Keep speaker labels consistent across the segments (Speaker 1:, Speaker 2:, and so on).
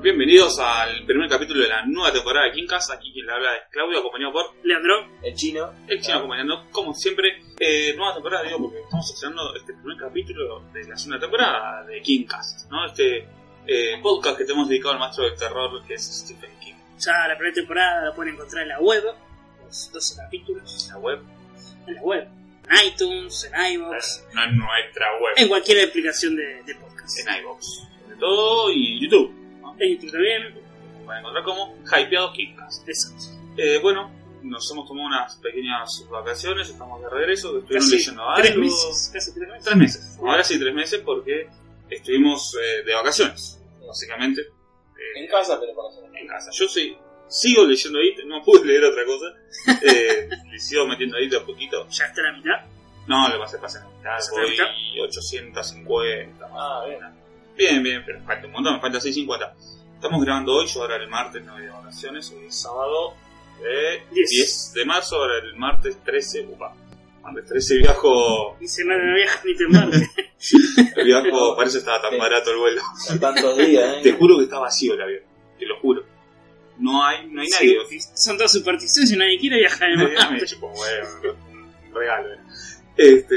Speaker 1: Bienvenidos al primer capítulo de la nueva temporada de Kinkas. Aquí quien le habla es Claudio, acompañado por
Speaker 2: Leandro,
Speaker 3: El chino.
Speaker 1: el chino, acompañando como siempre. Eh, nueva temporada, digo, porque estamos estrenando este primer capítulo de la segunda temporada de Kinkas, ¿no? Este eh, podcast que tenemos dedicado al maestro del terror que es Stephen King.
Speaker 2: ya la primera temporada la pueden encontrar en la web, los 12 capítulos,
Speaker 1: La web,
Speaker 2: en la web, en iTunes, en iVoox,
Speaker 1: no en nuestra web,
Speaker 2: Pues, en cualquier aplicación de, de podcast.
Speaker 1: en iVoox, sobre todo, y YouTube. ¿no?
Speaker 2: En YouTube también,
Speaker 1: Nos Pueden encontrar como Hypeado Kinkas.
Speaker 2: exacto.
Speaker 1: Eh, bueno, nos hemos tomado unas pequeñas vacaciones, estamos de regreso, estuvieron
Speaker 2: Casi
Speaker 1: leyendo algo.
Speaker 2: tres meses, casi tres meses.
Speaker 1: Tres meses. Ahora sí, tres meses porque estuvimos eh, de vacaciones, básicamente. Eh,
Speaker 3: En casa, pero para hacer.
Speaker 1: en casa. Yo sí, sigo leyendo IT, no pude leer otra cosa. Eh, le sigo metiendo IT de a poquito.
Speaker 2: Ya está la mitad,
Speaker 1: No, lo pasé, pasé la mitad.
Speaker 2: ¿Pasaste la
Speaker 1: Voy 850 más
Speaker 3: Ah,
Speaker 1: o
Speaker 3: bien.
Speaker 1: menos. Bien, bien, pero falta un montón, me falta 650. Estamos grabando hoy, yo ahora el martes no voy de vacaciones, hoy es sábado eh,
Speaker 2: Diez.
Speaker 1: 10 de marzo, ahora el martes 13, upa, martes 13 viajo,
Speaker 2: y se no viaja ni temblando.
Speaker 1: viajo, parece que estaba tan
Speaker 3: Sí.
Speaker 1: barato el vuelo.
Speaker 3: Son tantos días,
Speaker 1: Te
Speaker 3: ¿eh?
Speaker 1: juro que está vacío el avión, te lo juro. No hay, no hay nadie.
Speaker 2: Sí, son todas supersticiosos y nadie quiere viajar en
Speaker 1: Navidad me chupa un huevo, un regalo. era. Este,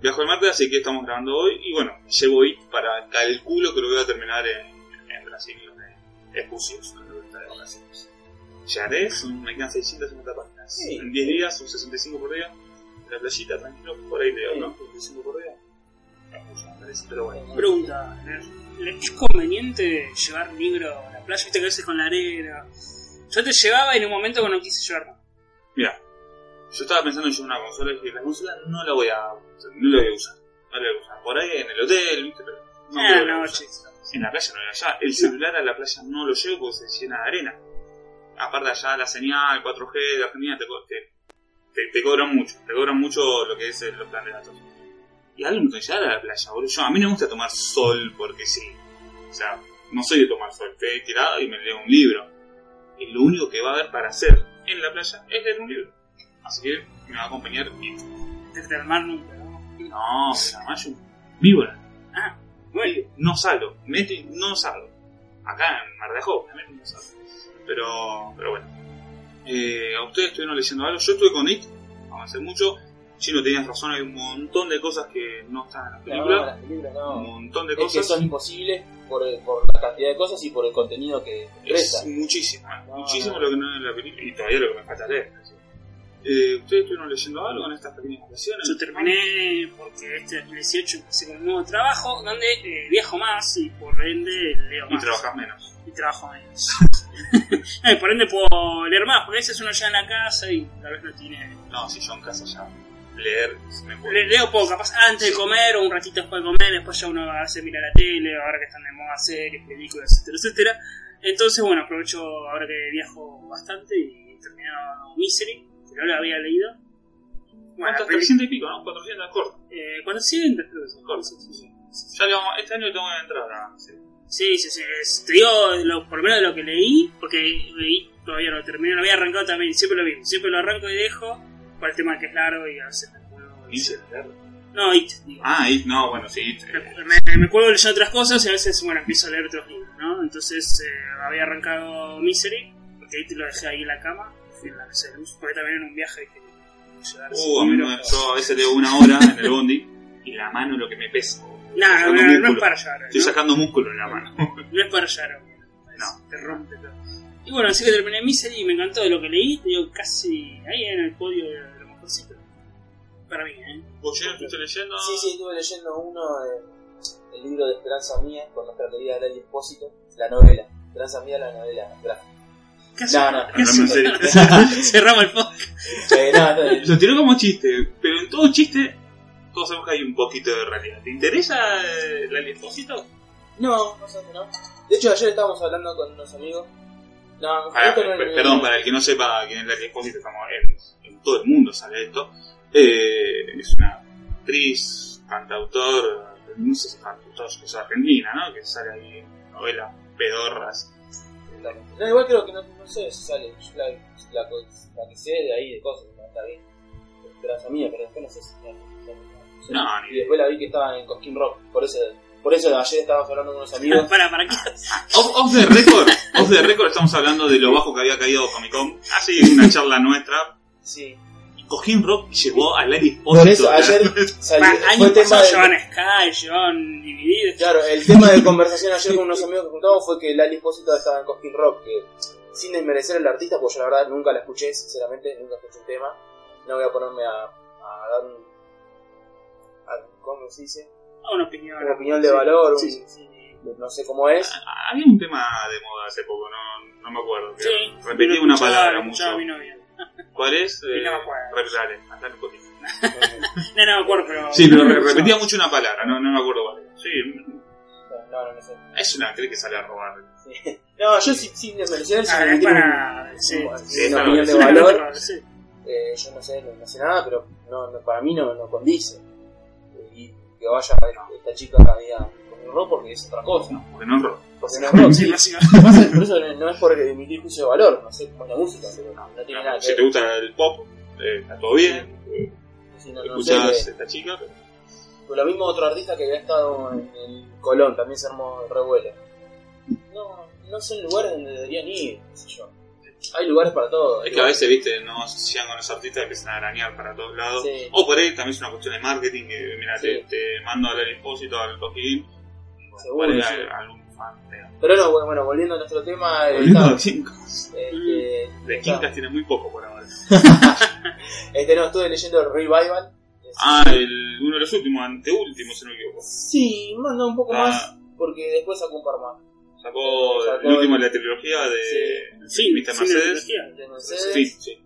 Speaker 1: viajo el martes, así que estamos grabando hoy. Y bueno, llevo hoy para calculo, creo que voy a terminar en, en Brasil, en Espucios, en la de vacaciones. Llegaré, son, me quedan 650 páginas.
Speaker 3: Sí.
Speaker 1: En 10 días, son 65 por día. En la playita, tranquilo, por ahí leo, ¿no? 65 por día. Es mucho, me parece, pero bueno.
Speaker 2: Pregunta, ¿le- ¿es conveniente llevar libro a la playa? Viste que a veces con la arena. Yo te llevaba y en un momento no quise llevar nada.
Speaker 1: Mira, yo estaba pensando en llevar una consola y dije, la consola no la voy a, no la voy a usar. No la voy a usar. Por ahí en el hotel, ¿viste? Pero no
Speaker 2: Ah,
Speaker 1: creo que la
Speaker 2: no,
Speaker 1: use.
Speaker 2: che.
Speaker 1: En la playa no era allá. El celular a la playa no lo llevo porque se llena de arena. Aparte allá la señal 4G de Argentina te, co- te, te- te cobran mucho. Te cobran mucho lo que es eh, los planes de datos. Y algo que llegar a la playa, boludo. Yo, a mí no me gusta tomar sol porque sí. O sea, no soy de tomar sol. Estoy tirado y me leo un libro. Y lo único que va a haber para hacer en la playa es leer un libro. Así que me va a acompañar y-
Speaker 2: Desde el mar nunca, ¿no?
Speaker 1: No, me la mayo. Víbora.
Speaker 2: Ah, bueno.
Speaker 1: no salgo, meto y no salgo. Acá en Mar de Ajó, obviamente no salgo. Pero, pero bueno. Eh, a ustedes estuvieron leyendo algo. Yo estuve con IT, avancé mucho. Chino, tenías razón, hay un montón de cosas que no están en la
Speaker 3: No,
Speaker 1: película.
Speaker 3: las películas
Speaker 1: Un
Speaker 3: no.
Speaker 1: montón de
Speaker 3: Es que
Speaker 1: cosas.
Speaker 3: son imposibles por, por la cantidad de cosas y por el contenido que
Speaker 1: es
Speaker 3: presta.
Speaker 1: muchísimo, ¿eh?
Speaker 3: No,
Speaker 1: muchísimo
Speaker 3: no.
Speaker 1: lo que no hay en la película. Y todavía lo que me falta leer. así. Eh, ¿Ustedes estuvieron leyendo algo en estas pequeñas ocasiones?
Speaker 2: Yo terminé porque este 2018 empecé con un nuevo trabajo donde eh, viajo más y por ende leo
Speaker 1: Y
Speaker 2: más.
Speaker 1: trabajas menos.
Speaker 2: Y trabajo menos. No, y por ende puedo leer más, porque a veces uno ya en la casa y tal vez no tiene.
Speaker 1: No, si yo en casa ya leer me muero.
Speaker 2: Le- leo poco, capaz antes de comer o un ratito después de comer, después ya uno hace mira la tele, ahora que están de moda series, películas, etcétera, etcétera. Entonces, bueno, aprovecho ahora que viajo bastante y termino Misery, que no lo había leído. Bueno,
Speaker 1: ¿Cuántas?
Speaker 2: peli-
Speaker 1: 300 y pico, ¿no? 400 corto.
Speaker 2: eh, 400 creo que son.
Speaker 1: Corto,
Speaker 2: Sí, sí, sí.
Speaker 1: Ya le vamos, este año le tengo que entrar a sí.
Speaker 2: Sí, sí, sí. es- Te digo lo, por lo menos de lo que leí, porque leí, todavía no lo terminé, lo había arrancado también, siempre lo mismo. Siempre lo arranco y dejo, para el tema que es largo y a veces me acuerdo y-
Speaker 1: Inicio de guerra.
Speaker 2: No, IT, digo.
Speaker 1: Ah, y no, bueno, sí. It, eh,
Speaker 2: Me, me acuerdo leyendo otras cosas y a veces, bueno, empiezo a leer otros libros, ¿no? Entonces eh, había arrancado Misery, porque ahí te lo dejé ahí en la cama, fui en la mesa de luz, porque también en un viaje que llevar ese
Speaker 1: uh, a mí
Speaker 2: libro.
Speaker 1: no, yo a veces leo una hora en el bondi y la mano lo que me pesa.
Speaker 2: Nah,
Speaker 1: sacando
Speaker 2: no, no,
Speaker 1: músculo.
Speaker 2: es para llevar.
Speaker 1: Estoy sacando músculo en la mano.
Speaker 2: No es para allá,
Speaker 1: No.
Speaker 2: Te rompe todo. Y bueno, así que terminé Misery y me encantó de lo que leí. Te digo, casi ahí en el podio de lo mejorcito. Para mí, ¿eh?
Speaker 1: ¿Vos ya estuviste leyendo?
Speaker 3: Sí, sí, estuve leyendo uno, eh, el libro de Esperanza Mía, con nuestra querida Lali Espósito, la novela. Esperanza Mía, la novela gráfica.
Speaker 2: Casi.
Speaker 3: No, no,
Speaker 1: Hablando en serio.
Speaker 2: Cerramos el podcast.
Speaker 3: eh, no, no, eh,
Speaker 1: Lo tiró como chiste, pero en todo chiste todos sabemos que hay un poquito de realidad. ¿Te interesa eh, la Espósito?
Speaker 3: no, no sé, no. De hecho, ayer estábamos hablando con unos amigos. No,
Speaker 1: Para-
Speaker 3: esto no
Speaker 1: per- Ah, perdón, para el que no sepa quién es Lali Espósito, estamos en, en todo el mundo sabe esto. Eh, es una actriz, cantautor, no sé si cantautor, es argentina, ¿no? Que sale ahí en novelas pedorras.
Speaker 3: No, igual creo que no, no sé si sale. Yo La, la, co- la que sé de ahí de cosas, no está bien. Esperanza mía, pero después no sé si. No, no sé.
Speaker 1: No, ni
Speaker 3: y después la vi que estaba en Cosquín Rock. Por eso, por eso ayer estábamos hablando con unos amigos.
Speaker 2: Para, para, ¿qué?
Speaker 1: Off, off the record, off the record estamos hablando de lo bajo que había caído Comic Con. Así una charla nuestra.
Speaker 3: Sí.
Speaker 1: Y Cojín Rock llevó a Lali Espósito.
Speaker 3: Por eso, ayer salió.
Speaker 2: Pa-
Speaker 3: fue
Speaker 2: años
Speaker 3: tema
Speaker 2: pasados
Speaker 3: de-
Speaker 2: llevan Sky, llevan Dividido.
Speaker 3: Claro, el tema de conversación ayer con unos amigos que juntamos fue que Lali Espósito estaba en Cosquín Rock, que sin desmerecer al artista, porque yo la verdad nunca la escuché, sinceramente, nunca escuché un tema. No voy a ponerme a, a dar un. a- ¿Cómo se dice?
Speaker 2: Ah, Una opinión.
Speaker 3: Una opinión de valor,
Speaker 2: Sí,
Speaker 3: un-
Speaker 2: sí, sí.
Speaker 3: No sé cómo es.
Speaker 1: Había un tema de moda hace poco, no, no me acuerdo. que
Speaker 2: Sí,
Speaker 1: repetí
Speaker 2: lo
Speaker 1: una
Speaker 2: escuchaba-
Speaker 1: palabra
Speaker 2: lo
Speaker 1: mucho.
Speaker 2: escuchaba mi novia.
Speaker 1: ¿Cuál es?
Speaker 2: Y no me acuerdo.
Speaker 1: re- dale, andale un poquito.
Speaker 2: No, no me acuerdo, pero.
Speaker 1: Sí, pero re-
Speaker 2: No,
Speaker 1: repetía mucho una palabra, no, no me acuerdo cuál era. Sí,
Speaker 3: No, no, no sé.
Speaker 1: es una actriz que sale a robar.
Speaker 3: No, yo sin, sin desmerecer, sin
Speaker 2: Ah, es
Speaker 3: emitir un-
Speaker 2: para. Sí.
Speaker 3: un-
Speaker 1: sí,
Speaker 3: una
Speaker 1: para-
Speaker 3: opinión de
Speaker 1: sí,
Speaker 3: valor.
Speaker 2: Sí.
Speaker 3: eh, yo no sé, no, no sé nada, pero no, no, para mí no, no condice. Eh, Y que vaya este, esta chica ahí a con un rock porque es otra cosa.
Speaker 1: No, porque no roba.
Speaker 3: Porque no es rock,
Speaker 2: Sí,
Speaker 3: sí.
Speaker 2: no, sí, no.
Speaker 3: Pasa- Por eso no, no es por emitir juicio de valor, no sé cómo es la música, pero no, no tiene nada que
Speaker 1: si te
Speaker 3: ver.
Speaker 1: gusta el pop, eh, está todo bien. eh,
Speaker 3: Sí, no- no
Speaker 1: Escuchás
Speaker 3: sé,
Speaker 1: a
Speaker 3: eh,
Speaker 1: esta chica, pero
Speaker 3: por Pues lo mismo otro artista que había estado en el Colón, también se armó revuelo. No, no son lugares donde deberían ir, qué sé yo. Hay lugares para todo.
Speaker 1: Es que a veces, viste, no se llegan con los artistas y empiezan a arañar para todos lados.
Speaker 3: Sí.
Speaker 1: O por ahí también es una cuestión de marketing que, mira,
Speaker 3: Sí.
Speaker 1: te, te mando al expósito, al cojín,
Speaker 3: Seguro,
Speaker 1: por ahí
Speaker 3: sí. Eh,
Speaker 1: a- a algún fan. te-
Speaker 3: Pero no, bueno, bueno, volviendo a nuestro tema, eh,
Speaker 1: Volviendo a
Speaker 3: está-
Speaker 1: los cinco.
Speaker 3: este,
Speaker 1: De
Speaker 3: está-
Speaker 1: quintas tiene muy poco por ahora.
Speaker 3: Este, no, estuve leyendo el Revival.
Speaker 1: Ah, el, uno de los últimos, anteúltimo, si no me equivoco.
Speaker 3: Sí, manda un poco
Speaker 1: Ah.
Speaker 3: más, porque después sacó un par más.
Speaker 1: Sacó,
Speaker 3: Sacó
Speaker 1: el último
Speaker 3: el-
Speaker 1: de la trilogía de Mr.
Speaker 2: Fin, fin de la
Speaker 1: Mercedes.
Speaker 2: trilogía.
Speaker 3: De Mercedes,
Speaker 1: Sí, sí.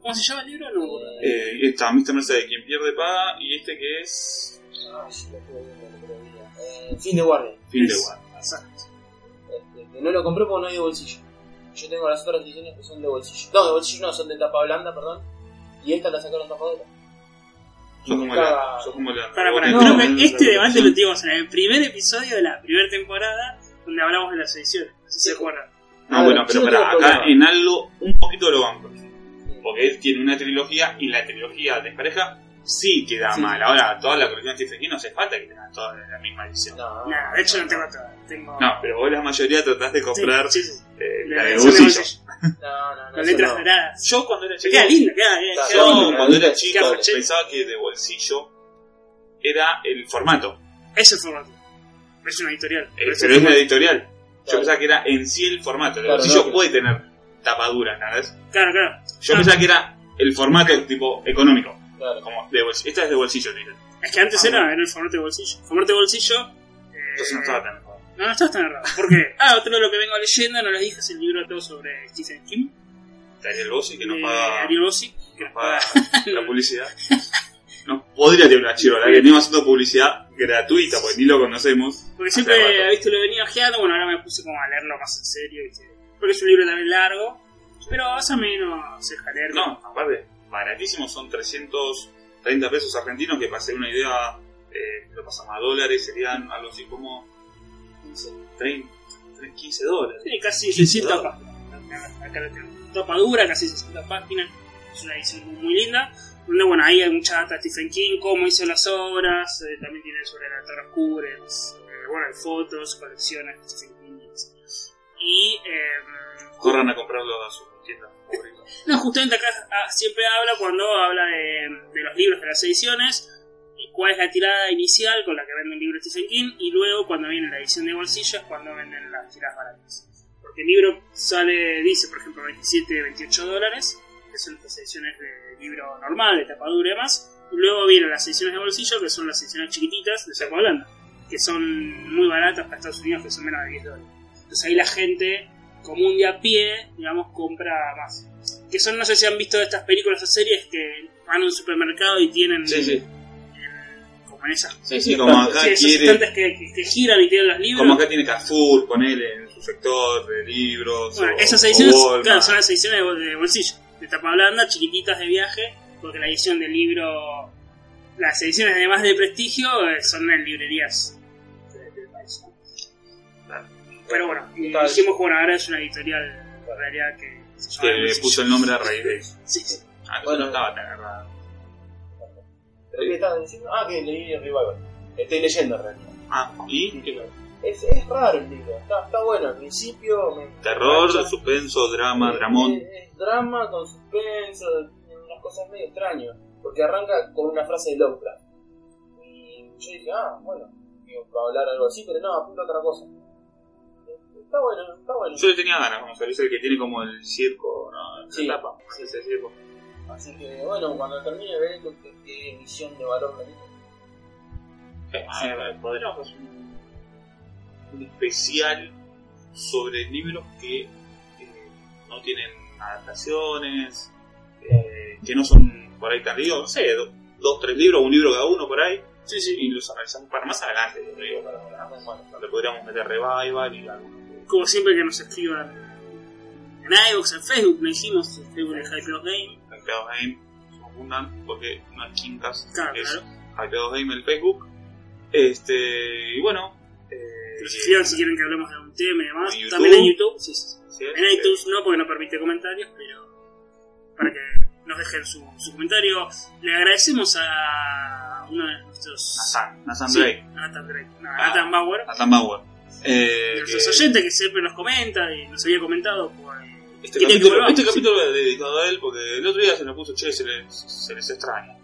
Speaker 2: ¿Cómo se llama el libro? No me acuerdo.
Speaker 1: Eh, y está Mr. Mercedes, quien pierde paga, y este que es
Speaker 3: ay, lo estuve viendo el otro día. Eh, Fin de Guardia.
Speaker 1: Fin de
Speaker 2: Es-
Speaker 1: Guardia.
Speaker 3: Este, que no lo compré porque no hay de bolsillo. Yo tengo las otras ediciones que son de bolsillo. No, de bolsillo no, son de tapa blanda, perdón. Y esta la sacaron tapa dura. Y
Speaker 1: Sos
Speaker 3: me
Speaker 1: como
Speaker 3: caga-
Speaker 1: Leandro, sos como Leandro.
Speaker 2: Para, para,
Speaker 1: Vos
Speaker 3: No,
Speaker 1: tenés-
Speaker 2: creo
Speaker 3: no,
Speaker 2: que este
Speaker 3: no,
Speaker 2: debate
Speaker 3: no.
Speaker 2: lo tuvimos en el primer episodio de la primera temporada, donde hablamos de las ediciones. No sé si se acuerdan.
Speaker 1: No,
Speaker 3: A ver,
Speaker 1: bueno, pero
Speaker 3: yo no
Speaker 1: para,
Speaker 3: tengo
Speaker 1: acá
Speaker 3: problema.
Speaker 1: en algo un poquito lo banco.
Speaker 3: Sí.
Speaker 1: Porque él tiene una trilogía y la trilogía de pareja sí queda
Speaker 3: Sí.
Speaker 1: mal. Ahora, toda la colección Stephen King no hace falta que tengan todas de la misma edición. No,
Speaker 3: No,
Speaker 2: Nada, de hecho no tengo todas. Tengo...
Speaker 1: pero vos la mayoría tratás de
Speaker 2: Sí,
Speaker 1: comprar
Speaker 2: sí, sí.
Speaker 1: eh,
Speaker 2: La
Speaker 1: la de
Speaker 2: edición de
Speaker 1: bolsillo.
Speaker 2: bolsillo,
Speaker 3: no, no, no,
Speaker 2: Con
Speaker 3: eso
Speaker 2: letras
Speaker 3: no.
Speaker 2: doradas.
Speaker 1: Yo cuando era chico,
Speaker 2: Queda lindo, queda bien.
Speaker 3: Está
Speaker 1: yo
Speaker 3: bien.
Speaker 1: cuando era
Speaker 3: Queda
Speaker 1: chico
Speaker 2: chévere.
Speaker 1: pensaba que de bolsillo era el formato.
Speaker 2: Es el formato. Es una editorial.
Speaker 1: eh, pero es la
Speaker 2: formato.
Speaker 1: editorial. Yo
Speaker 3: Claro.
Speaker 1: pensaba que era en sí el formato. El
Speaker 3: Claro,
Speaker 1: bolsillo
Speaker 3: no,
Speaker 1: puede tener tapadura, ¿sabes?
Speaker 2: Claro, claro.
Speaker 1: Yo
Speaker 2: Ah.
Speaker 1: pensaba que era el formato tipo económico.
Speaker 3: Claro.
Speaker 1: Como de bolsillo. Esta es de bolsillo, te dicen.
Speaker 2: Es que antes
Speaker 1: Ah,
Speaker 2: era,
Speaker 1: bueno.
Speaker 2: era el formato de bolsillo. Formato de bolsillo. eh,
Speaker 1: Entonces no estaba tan
Speaker 3: Eh,
Speaker 1: mal.
Speaker 2: No, no estás tan errado. ¿Por qué? Ah, otro de lo que vengo leyendo, no les dije, es el libro todo sobre Stephen King.
Speaker 1: Daniel Bossi que nos
Speaker 3: eh,
Speaker 2: de
Speaker 1: paga,
Speaker 2: Eh, Ariel Bossi. Que
Speaker 1: nos
Speaker 2: nos
Speaker 1: paga
Speaker 2: paga.
Speaker 1: la publicidad. No, podría tener una chirola, que venimos haciendo publicidad gratuita, porque ni lo conocemos.
Speaker 2: Porque
Speaker 1: Hace
Speaker 2: siempre,
Speaker 1: rato.
Speaker 2: viste, lo venía ojeando, bueno, ahora me puse como a leerlo más en serio, viste. Porque es un libro también largo, pero más o menos se deja leer.
Speaker 1: No, aparte, baratísimo, son 330 pesos argentinos, que para hacer una idea, eh, lo pasamos a dólares, serían algo así como 30, 15 dólares.
Speaker 2: Tiene casi
Speaker 1: Sí,
Speaker 2: 600
Speaker 1: claro.
Speaker 2: páginas. Acá lo tengo. Tapa dura, casi 600 páginas. es una edición muy, muy linda. Donde, bueno, ahí hay mucha data de Stephen King, cómo hizo las obras, eh, también tiene sobre la Torre Oscura, eh, bueno, hay fotos, colecciones de Stephen King. Y, eh,
Speaker 1: Corran a comprarlo a su tienda favorita.
Speaker 2: no, justamente acá ah, siempre habla cuando habla de, de los libros de las ediciones, y cuál es la tirada inicial con la que vende un libro Stephen King, y luego cuando viene la edición de bolsillo es cuando venden las tiradas baratas. Porque el libro sale, dice, por ejemplo, 27, 28 dólares, que son las ediciones de libro normal, de tapa dura y demás, y luego vienen las ediciones de bolsillo, que son las ediciones chiquititas de saco blanda, que son muy baratas para Estados Unidos, que son menos de 10 dólares. Entonces ahí la gente común de a pie, digamos, compra más. Que son, no sé si han visto estas películas o series que van a un supermercado y tienen
Speaker 1: Sí, sí.
Speaker 2: como en esas.
Speaker 1: Sí, sí, como acá
Speaker 2: sí, esos
Speaker 1: quiere-
Speaker 2: estantes que, que- que giran y tienen los libros.
Speaker 1: Como acá tiene Carrefour, ponele en su sector de libros.
Speaker 2: Bueno,
Speaker 1: o-
Speaker 2: esas
Speaker 1: o
Speaker 2: ediciones,
Speaker 1: Walmart.
Speaker 2: claro, son las ediciones de, bol- de bolsillo, de tapa blanda, chiquititas de viaje, porque la edición del libro, las ediciones además de prestigio eh, son en librerías de- del país. ¿no? Pero bueno, eh,
Speaker 3: Tal.
Speaker 2: dijimos que bueno, ahora es una editorial en realidad que se llama
Speaker 1: Que
Speaker 2: El
Speaker 1: le
Speaker 2: Bolsillo.
Speaker 1: puso el nombre a raíz de eso.
Speaker 2: Sí, sí.
Speaker 1: Ah, bueno,
Speaker 3: Bueno.
Speaker 1: no estaba tan agarrado.
Speaker 3: ¿Pero qué estaban diciendo? Ah, que leí el revival. Estoy leyendo en realidad.
Speaker 1: Ah, y ¿Qué más?
Speaker 3: Es, es raro el libro, está, está bueno al principio. me-
Speaker 1: terror,
Speaker 3: me-
Speaker 1: suspenso, drama,
Speaker 3: es-
Speaker 1: dramón.
Speaker 3: Es, es Eh, drama con suspenso, tiene unas cosas medio extrañas. Porque arranca con una frase de Lovecraft. Y yo dije, ah, bueno, digo, va a hablar algo así, pero no, apunta a otra cosa. Este, Está bueno, está bueno.
Speaker 1: Yo le tenía ganas, como sabés, el que tiene como el circo, ¿no?
Speaker 3: Sí.
Speaker 1: La tapa, ese circo.
Speaker 3: Así que bueno, cuando termine veré qué- qué- qué emisión de valor me dice.
Speaker 1: Ah, eh, Podríamos hacer un, un especial sobre libros que eh, no tienen adaptaciones, eh, que no son por ahí tan digo, no sé, do- dos, tres libros, un libro cada uno por ahí, sí, sí. y los analizamos para más adelante, yo digo, para, para- donde podríamos meter revival y algunos. que-
Speaker 2: Como siempre que nos escriban en iVoox, en Facebook, me dijimos, en Facebook de Hypeos Game.
Speaker 1: Hypeados Game, se confundan, porque no es Quincas,
Speaker 2: Claro,
Speaker 1: es
Speaker 2: claro.
Speaker 1: Hypeados Game el Facebook. Este, y bueno, eh,
Speaker 2: Que nos escriban si quieren que hablemos de algún tema y demás.
Speaker 1: ¿En
Speaker 2: También en
Speaker 1: YouTube?
Speaker 2: YouTube, sí, sí.
Speaker 1: sí,
Speaker 2: En iTunes no, porque no permite comentarios, pero para que nos dejen su, su comentario. Le agradecemos a uno de nuestros.
Speaker 1: Nathan, Nathan
Speaker 2: Sí,
Speaker 1: Drake.
Speaker 2: Nathan Drake. No,
Speaker 1: Ah.
Speaker 2: Nathan Bauer.
Speaker 1: Nathan Bauer.
Speaker 2: de
Speaker 1: Eh,
Speaker 2: nuestros
Speaker 1: que-
Speaker 2: oyentes que siempre nos comenta y nos había comentado. Pues,
Speaker 1: este
Speaker 2: tiene que
Speaker 1: capítulo,
Speaker 2: volver,
Speaker 1: este
Speaker 2: sí.
Speaker 1: capítulo es dedicado a él porque el otro día se nos puso, che, se les, se les extraña.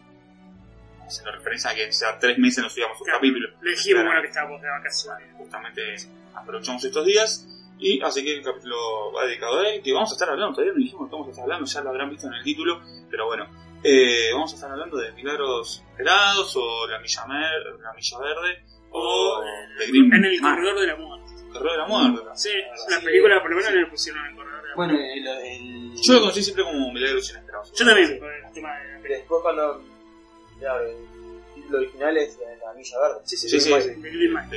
Speaker 1: Haciendo referencia a que hace tres meses nos subíamos un
Speaker 2: Claro.
Speaker 1: capítulo.
Speaker 2: Le dijimos
Speaker 1: Claro.
Speaker 2: bueno, que estábamos de vacaciones.
Speaker 1: Justamente aprovechamos estos días. Y así que el capítulo va dedicado a él, que vamos a estar hablando, todavía no dijimos que vamos a estar hablando, ya lo habrán visto en el título, pero bueno, eh, vamos a estar hablando de Milagros Helados o La Milla, Mer- la Milla Verde o de Green
Speaker 2: En el
Speaker 1: Man,
Speaker 2: corredor Mm. de la muerte.
Speaker 1: el Corredor de la Muerte.
Speaker 2: Sí,
Speaker 1: Así
Speaker 2: la
Speaker 1: que-
Speaker 2: película por lo menos le pusieron en el corredor de la muerte.
Speaker 3: Bueno, el, el-
Speaker 1: Yo lo conocí siempre como Milagros Inesperados.
Speaker 2: Yo también, por el tema de la película.
Speaker 3: Después cuando... Claro, el título original es La la Milla Verde.
Speaker 1: Sí, sí,
Speaker 3: Después-
Speaker 1: sí.
Speaker 2: de Green Man.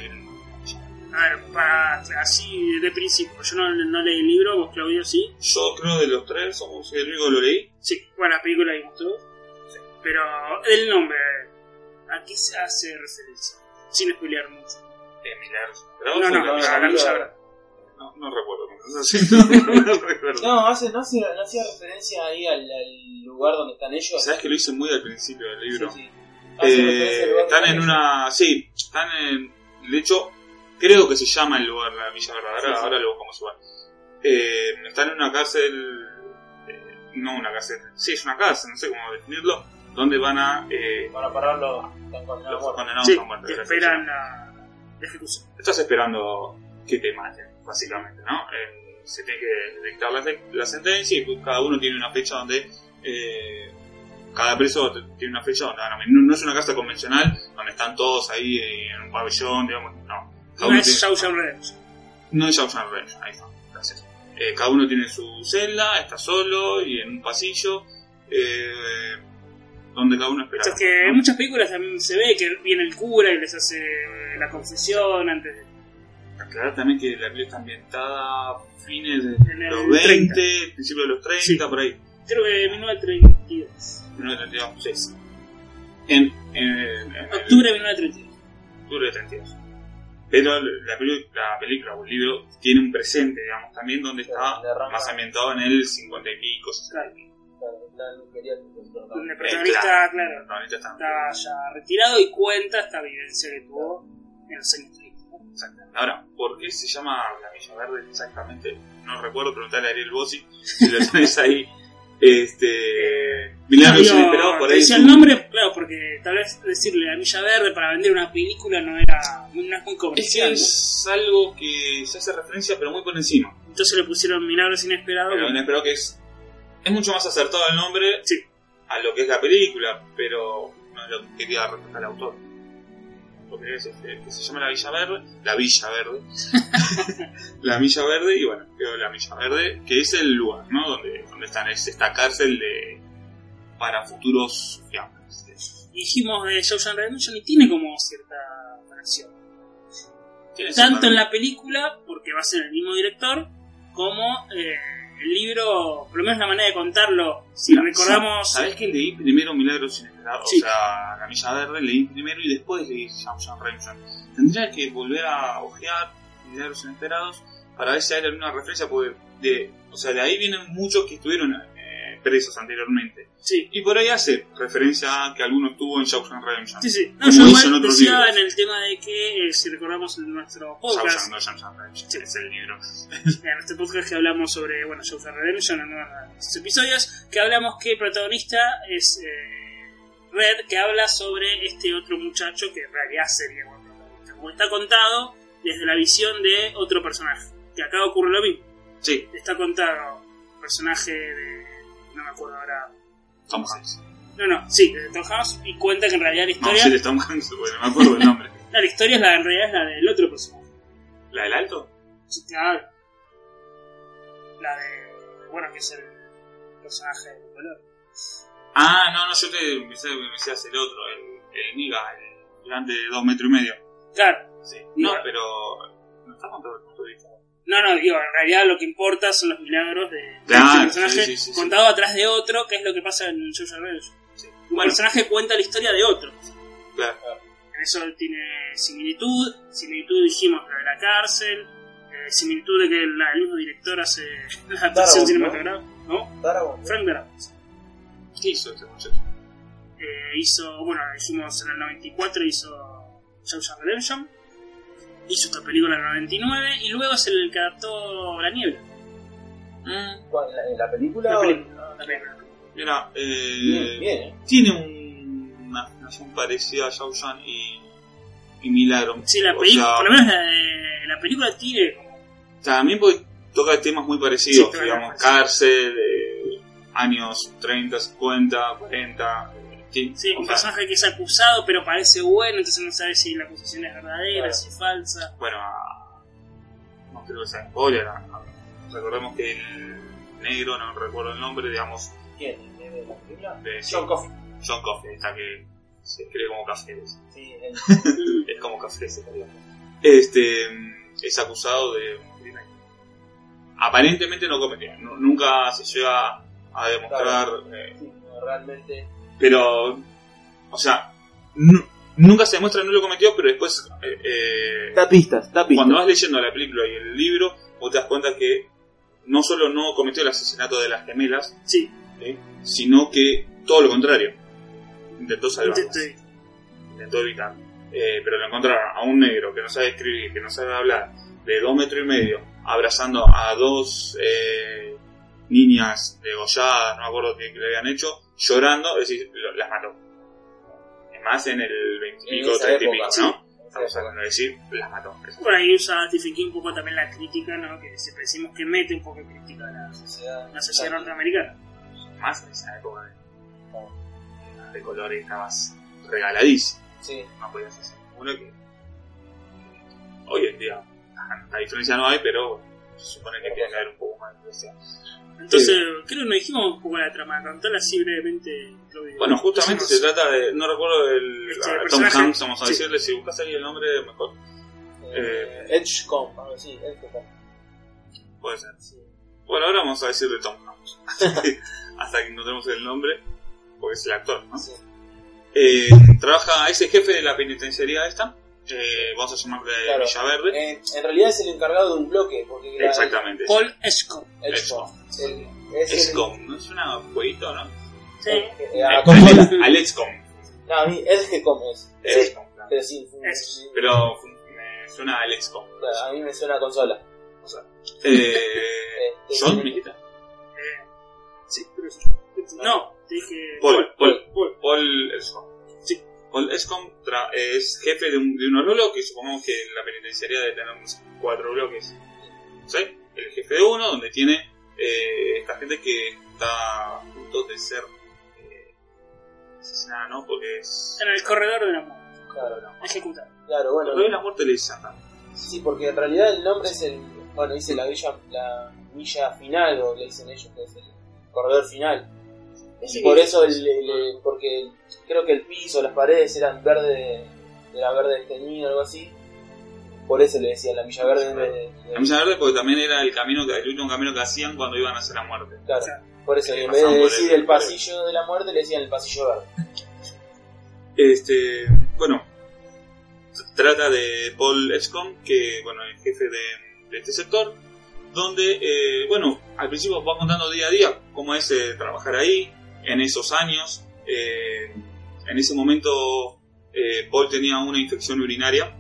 Speaker 2: Ah, para- así de principio. Yo no, no leí el libro, vos Claudio sí.
Speaker 1: Yo creo de los tres somos el único que lo leí.
Speaker 2: Sí, bueno, la película la vimos todos. Pero el nombre, ¿a qué se hace referencia? Sin spoilear mucho.
Speaker 1: Eh, Milagros
Speaker 2: No,
Speaker 1: Inesperados.
Speaker 2: no,
Speaker 1: o la
Speaker 2: no, la
Speaker 1: Milla
Speaker 2: la
Speaker 1: Verde.
Speaker 2: Milla Verde.
Speaker 1: No, no recuerdo. No, sé, no, no recuerdo.
Speaker 3: No, hace, no, hacía, no hacía referencia ahí al, al lugar donde están ellos.
Speaker 1: Sabes que lo hice muy al principio del libro.
Speaker 3: Sí, Ah, sí. Hace referencia al
Speaker 1: Eh,
Speaker 3: lugar
Speaker 1: están
Speaker 3: donde
Speaker 1: en
Speaker 3: ellos.
Speaker 1: una. Sí, están en. De hecho, creo que se llama el lugar la Villa Verde. Ahora,
Speaker 3: Sí, sí.
Speaker 1: ahora lo buscamos igual. Eh, están en una cárcel. eh, no, una cárcel. Sí, es una cárcel, no sé cómo definirlo. Donde van a. Eh,
Speaker 3: Para pararlo, están con
Speaker 1: los condenados
Speaker 2: Sí,
Speaker 1: a muerte.
Speaker 2: que
Speaker 1: gracias.
Speaker 2: esperan la, la ejecución.
Speaker 1: estás esperando que te maten, básicamente, ¿no? Eh, se tiene que dictar la, la sentencia y pues, cada uno tiene una fecha donde... eh, cada preso t- tiene una fecha donde van a venir. No, no es una casa convencional donde están todos ahí eh, en un pabellón, digamos, no. Cada
Speaker 2: Una
Speaker 1: uno
Speaker 2: es
Speaker 1: tiene-
Speaker 2: Shawshank Redemption.
Speaker 1: no es Shawshank Redemption, ahí está, gracias. Eh, cada uno tiene su celda, está solo y en un pasillo eh, donde cada uno espera.
Speaker 2: Esto es que
Speaker 1: ¿no?
Speaker 2: en muchas películas también se ve que viene el cura y les hace la confesión antes de...
Speaker 1: Aclarar también que la película está ambientada a fines de
Speaker 2: En el
Speaker 1: los 20,
Speaker 2: 30.
Speaker 1: principios de los 30,
Speaker 2: Sí.
Speaker 1: por ahí.
Speaker 2: Creo que 1932.
Speaker 1: 1932, sí. En, en, en el-
Speaker 2: Octubre de 1932.
Speaker 1: octubre de 32. Pero la, pelu- la película o el libro tiene un presente, digamos, también donde está
Speaker 3: Donde arranca.
Speaker 1: más ambientado en el 50 y pico, 60 y pico.
Speaker 3: claro, está en quería
Speaker 2: El protagonista, claro,
Speaker 1: No, ahorita está.
Speaker 2: está ya retirado y cuenta esta vivencia que tuvo en los años 30. ¿no?
Speaker 1: Exactamente. Ahora, ¿por qué se llama la Milla Verde exactamente? No recuerdo, preguntarle a Ariel Bossi si lo tenés ahí. Este. Milagro
Speaker 2: Digo,
Speaker 1: inesperado por ahí.
Speaker 2: decía el nombre, claro, porque tal vez decirle la Milla Verde para vender una película no era no es muy
Speaker 1: Es
Speaker 2: comercial.
Speaker 1: que
Speaker 2: ¿no?
Speaker 1: es algo que se hace referencia, pero muy por encima.
Speaker 2: Entonces le pusieron Milagros Inesperados.
Speaker 1: Pero inesperado que es. Es mucho más acertado el nombre
Speaker 2: Sí.
Speaker 1: a lo que es la película, pero no es lo que quería respetar al autor. Porque es, este, que se llama La Villa Verde, La Villa Verde, La Milla Verde, y bueno, quedó La Milla Verde, que es el lugar, ¿no? Donde, donde están, es esta cárcel de para futuros fiambres.
Speaker 2: Y dijimos eh, de Shawshank Redemption y tiene como cierta conexión.
Speaker 1: Tiene ese
Speaker 2: Tanto en
Speaker 1: valor.
Speaker 2: la película, porque va a ser el mismo director, como eh, el libro, por lo menos la manera de contarlo, si
Speaker 1: Mira,
Speaker 2: recordamos...
Speaker 1: ¿Sabés que leí primero Milagros Inesperados?
Speaker 2: Sí.
Speaker 1: O sea, La Milla Verde leí primero y después leí Shawshank Redemption. Tendría que volver a ojear Milagros Inesperados para ver si hay alguna referencia, porque de, o sea, de ahí vienen muchos que estuvieron eh, presos anteriormente.
Speaker 2: Sí,
Speaker 1: Y por ahí hace referencia a que alguno estuvo en Shawshank Redemption.
Speaker 2: sí, sí. No,
Speaker 1: Como
Speaker 2: yo
Speaker 1: hizo
Speaker 2: igual
Speaker 1: en otros
Speaker 2: decía
Speaker 1: libros.
Speaker 2: en el tema de que, eh, si recordamos en nuestro podcast,
Speaker 1: Shawshank, no Shawshank Redemption,
Speaker 2: Sí.
Speaker 1: es el libro.
Speaker 2: en este podcast que hablamos sobre, bueno, Shawshank Redemption en uno de los episodios, que hablamos que el protagonista es eh, Red, que habla sobre este otro muchacho que en realidad sería un protagonista. Como está contado desde la visión de otro personaje, que acá ocurre lo mismo.
Speaker 1: Sí,
Speaker 2: Está contado el personaje de... no me acuerdo ahora...
Speaker 1: Tom Hanks.
Speaker 2: No, no, sí, de Tom Hanks, y cuenta que en realidad la
Speaker 1: No,
Speaker 2: historia...
Speaker 1: sí, de Tom Hanks, bueno, me acuerdo el nombre.
Speaker 2: No, la historia es la, en realidad es la del otro personaje.
Speaker 1: ¿La del alto?
Speaker 2: Sí, claro. La de. Bueno, que es el personaje de color.
Speaker 1: Ah, no, no, yo te pensé que me decías el otro, el, el Niga, el gigante de dos metros y medio.
Speaker 2: Claro.
Speaker 1: Sí. No,
Speaker 2: No.
Speaker 1: pero. No está contado el punto de vista.
Speaker 2: No, no, digo, en realidad lo que importa son los milagros de, de
Speaker 1: Claro,
Speaker 2: este personaje
Speaker 1: sí, sí, sí,
Speaker 2: contado atrás de otro, que es lo que pasa en Jojo Reyes. Un
Speaker 1: Bueno,
Speaker 2: personaje cuenta la historia de otro.
Speaker 1: claro.
Speaker 2: En eso tiene similitud. Similitud dijimos la de la cárcel. eh, similitud de que la- el mismo director hace la adaptación
Speaker 3: ¿no?
Speaker 2: cinematográfica. ¿No? Frank Darabont.
Speaker 1: ¿Qué hizo este muchacho?
Speaker 2: Eh, hizo, bueno, dijimos en el 94 hizo Shawshank Redemption, hizo esta película en el 99 y luego es el que adaptó La Niebla.
Speaker 3: Mm, ¿En la película?
Speaker 2: La
Speaker 3: o-
Speaker 2: película, la película.
Speaker 1: Mira, eh,
Speaker 3: Bien, bien, eh.
Speaker 1: tiene un- una afinación parecida a Shawshank y, y Milagro.
Speaker 2: Sí, la
Speaker 1: O
Speaker 2: película,
Speaker 1: sea,
Speaker 2: por lo menos la, de- la película tiene como
Speaker 1: También porque toca temas muy parecidos,
Speaker 2: Sí,
Speaker 1: digamos,
Speaker 2: claro.
Speaker 1: cárcel, eh, años 30, 50, 40. eh,
Speaker 2: sí, un
Speaker 1: o sea,
Speaker 2: personaje que es acusado pero parece bueno, entonces no sabes si la acusación es verdadera,
Speaker 3: Claro.
Speaker 2: si es falsa.
Speaker 1: bueno, a- no creo que sea spoiler, a- a- recordemos que el negro, no recuerdo el nombre, digamos,
Speaker 3: ¿Quién? ¿El negro de la película?
Speaker 1: de
Speaker 3: John Coffey.
Speaker 1: John Coffey, está que se escribe como café, es,
Speaker 3: Sí, el-
Speaker 2: Mm,
Speaker 1: es como café ese italiano. Este mm, es acusado de un crimen. Aparentemente no cometió, nu- nunca se llega a demostrar, eh,
Speaker 3: sí, no, realmente.
Speaker 1: pero, o sea, nu- nunca se demuestra no lo cometió, pero después eh, eh,
Speaker 4: Da pistas, da pistas.
Speaker 1: cuando vas leyendo la película y el libro, vos te das cuenta que no solo no cometió el asesinato de las gemelas,
Speaker 2: sí,
Speaker 1: ¿eh? sino que todo lo contrario. Intentó salvarlas,
Speaker 2: intento ir.
Speaker 1: intentó evitarlo. Eh, pero lo encontraron a un negro que no sabe escribir, que no sabe hablar, de dos metros y medio, abrazando a dos eh, niñas degolladas, no me acuerdo qué qué le habían hecho, llorando, es decir, lo- las mató. Es más en el 20 y
Speaker 3: En
Speaker 1: pico,
Speaker 3: esa
Speaker 1: 30 y
Speaker 3: época,
Speaker 1: pico,
Speaker 3: sí.
Speaker 1: ¿no?
Speaker 3: o sea,
Speaker 1: Estamos hablando de decir, las mató.
Speaker 2: este, Por ahí usa Stephen King un poco también la crítica, ¿no? que siempre decimos que mete un poco de crítica a la,
Speaker 3: la sociedad.
Speaker 2: la sociedad norteamericana.
Speaker 1: más en esa época de, de colores estabas regaladísimo.
Speaker 3: Sí,
Speaker 1: No podías hacer uno que hoy en día tanta diferencia no hay, pero se supone que tiene que haber un poco más de diferencia.
Speaker 2: Entonces, creo que nos dijimos un poco la trama, contarla así brevemente, Claudio.
Speaker 1: Bueno, justamente
Speaker 2: Entonces,
Speaker 1: se trata de, no recuerdo el,
Speaker 2: Este,
Speaker 1: a
Speaker 2: el
Speaker 1: Tom
Speaker 2: personaje.
Speaker 1: Hanks, vamos a
Speaker 2: Sí.
Speaker 1: decirle, si buscas ahí el nombre mejor,
Speaker 3: eh, Edgecombe, algo así, Edgecombe.
Speaker 1: puede ser.
Speaker 3: Sí.
Speaker 1: Bueno, ahora vamos a decir de Tom Hanks, hasta que encontremos el nombre, porque es el actor, ¿no?
Speaker 3: Sí.
Speaker 1: Eh, trabaja, es el jefe de la penitenciaría esta, eh, vamos a llamarle
Speaker 3: Claro.
Speaker 1: Villaverde.
Speaker 3: En, en realidad es el encargado de un bloque, porque era
Speaker 1: Exactamente.
Speaker 2: Paul Esco.
Speaker 3: Edgecombe. El- Es,
Speaker 1: XCOM, ¿no es una jueguito, no?
Speaker 2: Sí.
Speaker 3: eh, eh, a-
Speaker 4: ¿Cómo?
Speaker 1: Al XCOM.
Speaker 3: No, a mí es que como es.
Speaker 1: Sí.
Speaker 3: Es XCOM, Pero sí, fue un-
Speaker 2: Es.
Speaker 1: Pero me suena al XCOM.
Speaker 3: claro, a mí me suena a consola.
Speaker 1: Eh,
Speaker 3: Este,
Speaker 1: ¿John, me dijiste?
Speaker 2: Sí, pero sí. No, te dije.
Speaker 1: Paul, Paul,
Speaker 2: Paul.
Speaker 1: Paul Escom. Sí, Paul Escom tra- es jefe de, un, de unos bloques, supongamos que en la penitenciaría tenemos cuatro bloques. ¿Sí? El jefe de uno, donde tiene eh, esta gente que está a punto de ser eh, asesinada, ¿no? Porque es...
Speaker 2: En el corredor de la muerte.
Speaker 3: Claro, no.
Speaker 2: Ejecutado.
Speaker 3: Claro,
Speaker 1: Lo
Speaker 3: bueno.
Speaker 1: de la muerte le dice Satan.
Speaker 3: Sí, porque en realidad el nombre es el. Bueno, dice la villa, la villa final, o le dicen ellos, que es el corredor final.
Speaker 1: Sí.
Speaker 3: Y por eso, el, el- el- porque el- creo que el piso, las paredes eran verde, era verde desteñido, algo así. Por eso le decían la villa verde. en vez de- de-
Speaker 1: La misa verde porque también era el camino que, el último camino que hacían cuando iban a hacer la muerte.
Speaker 3: claro, por eso,
Speaker 1: Sí,
Speaker 3: en vez
Speaker 1: pasaban
Speaker 3: de
Speaker 1: por
Speaker 3: decir
Speaker 1: el-
Speaker 3: el pasillo de la muerte, le decían el pasillo verde.
Speaker 1: Este, bueno, se trata de Paul Escom, que bueno, es jefe de, de este sector, donde, eh, bueno, al principio va contando día a día cómo es eh, trabajar ahí, en esos años. Eh, en ese momento, eh, Paul tenía una infección urinaria,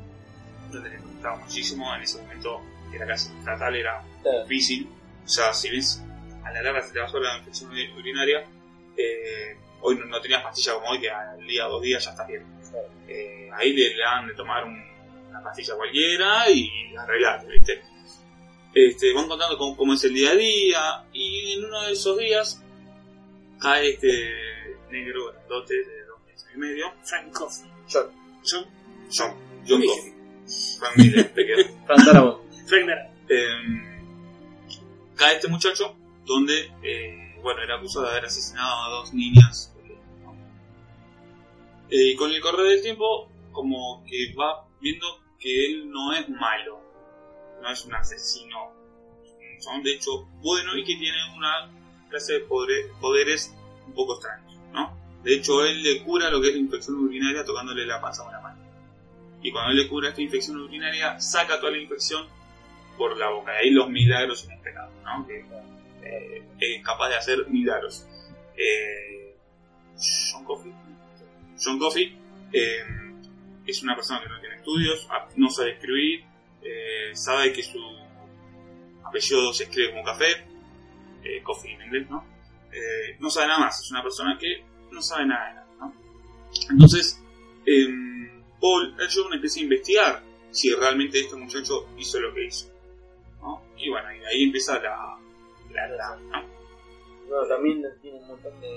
Speaker 1: donde le costaba muchísimo, en ese momento era casi fatal, era
Speaker 3: Claro,
Speaker 1: difícil. O sea, si ves a la larga se te bajó la infección urinaria, eh, hoy no, no tenías pastilla como hoy, que al día dos días ya estás bien. Eh, ahí le, le dan de tomar un- una pastilla cualquiera y arreglate, ¿viste? Este, van contando cómo, cómo es el día a día y en uno de esos días cae este negro grandote de dos meses y medio,
Speaker 2: Frank Coffey.
Speaker 3: yo,
Speaker 2: John.
Speaker 1: John, John
Speaker 2: Sí.
Speaker 1: Coffey. Frank Miller, te quedó.
Speaker 4: Fran Darabont.
Speaker 2: Frank Darabont.
Speaker 1: Eh, cae este muchacho donde, eh, bueno, era acusado de haber asesinado a dos niñas. eh, ¿no? Eh, y con el correr del tiempo, como que va viendo que él no es malo, no es un asesino, es un chabón, de hecho bueno y que tiene una clase de podre- poderes un poco extraños, ¿no? De hecho, él le cura lo que es la infección urinaria tocándole la panza con la mano. Y cuando él le cura esta infección urinaria, saca toda la infección por la boca. De ahí los milagros inesperados, ¿no? Que eh, es capaz de hacer milagros. Eh, John Coffey. John Coffey eh, es una persona que no tiene estudios, a- no sabe escribir, eh, sabe que su apellido se escribe como café, eh, coffee en inglés, ¿no? Eh, no sabe nada más, es una persona que no sabe nada de nada, ¿no? Entonces, em, Paul Edgerton empieza a investigar si realmente este muchacho hizo lo que hizo. ¿no? Y bueno, y de ahí empieza la. la, la ¿no?
Speaker 3: Bueno, también tiene un montón de.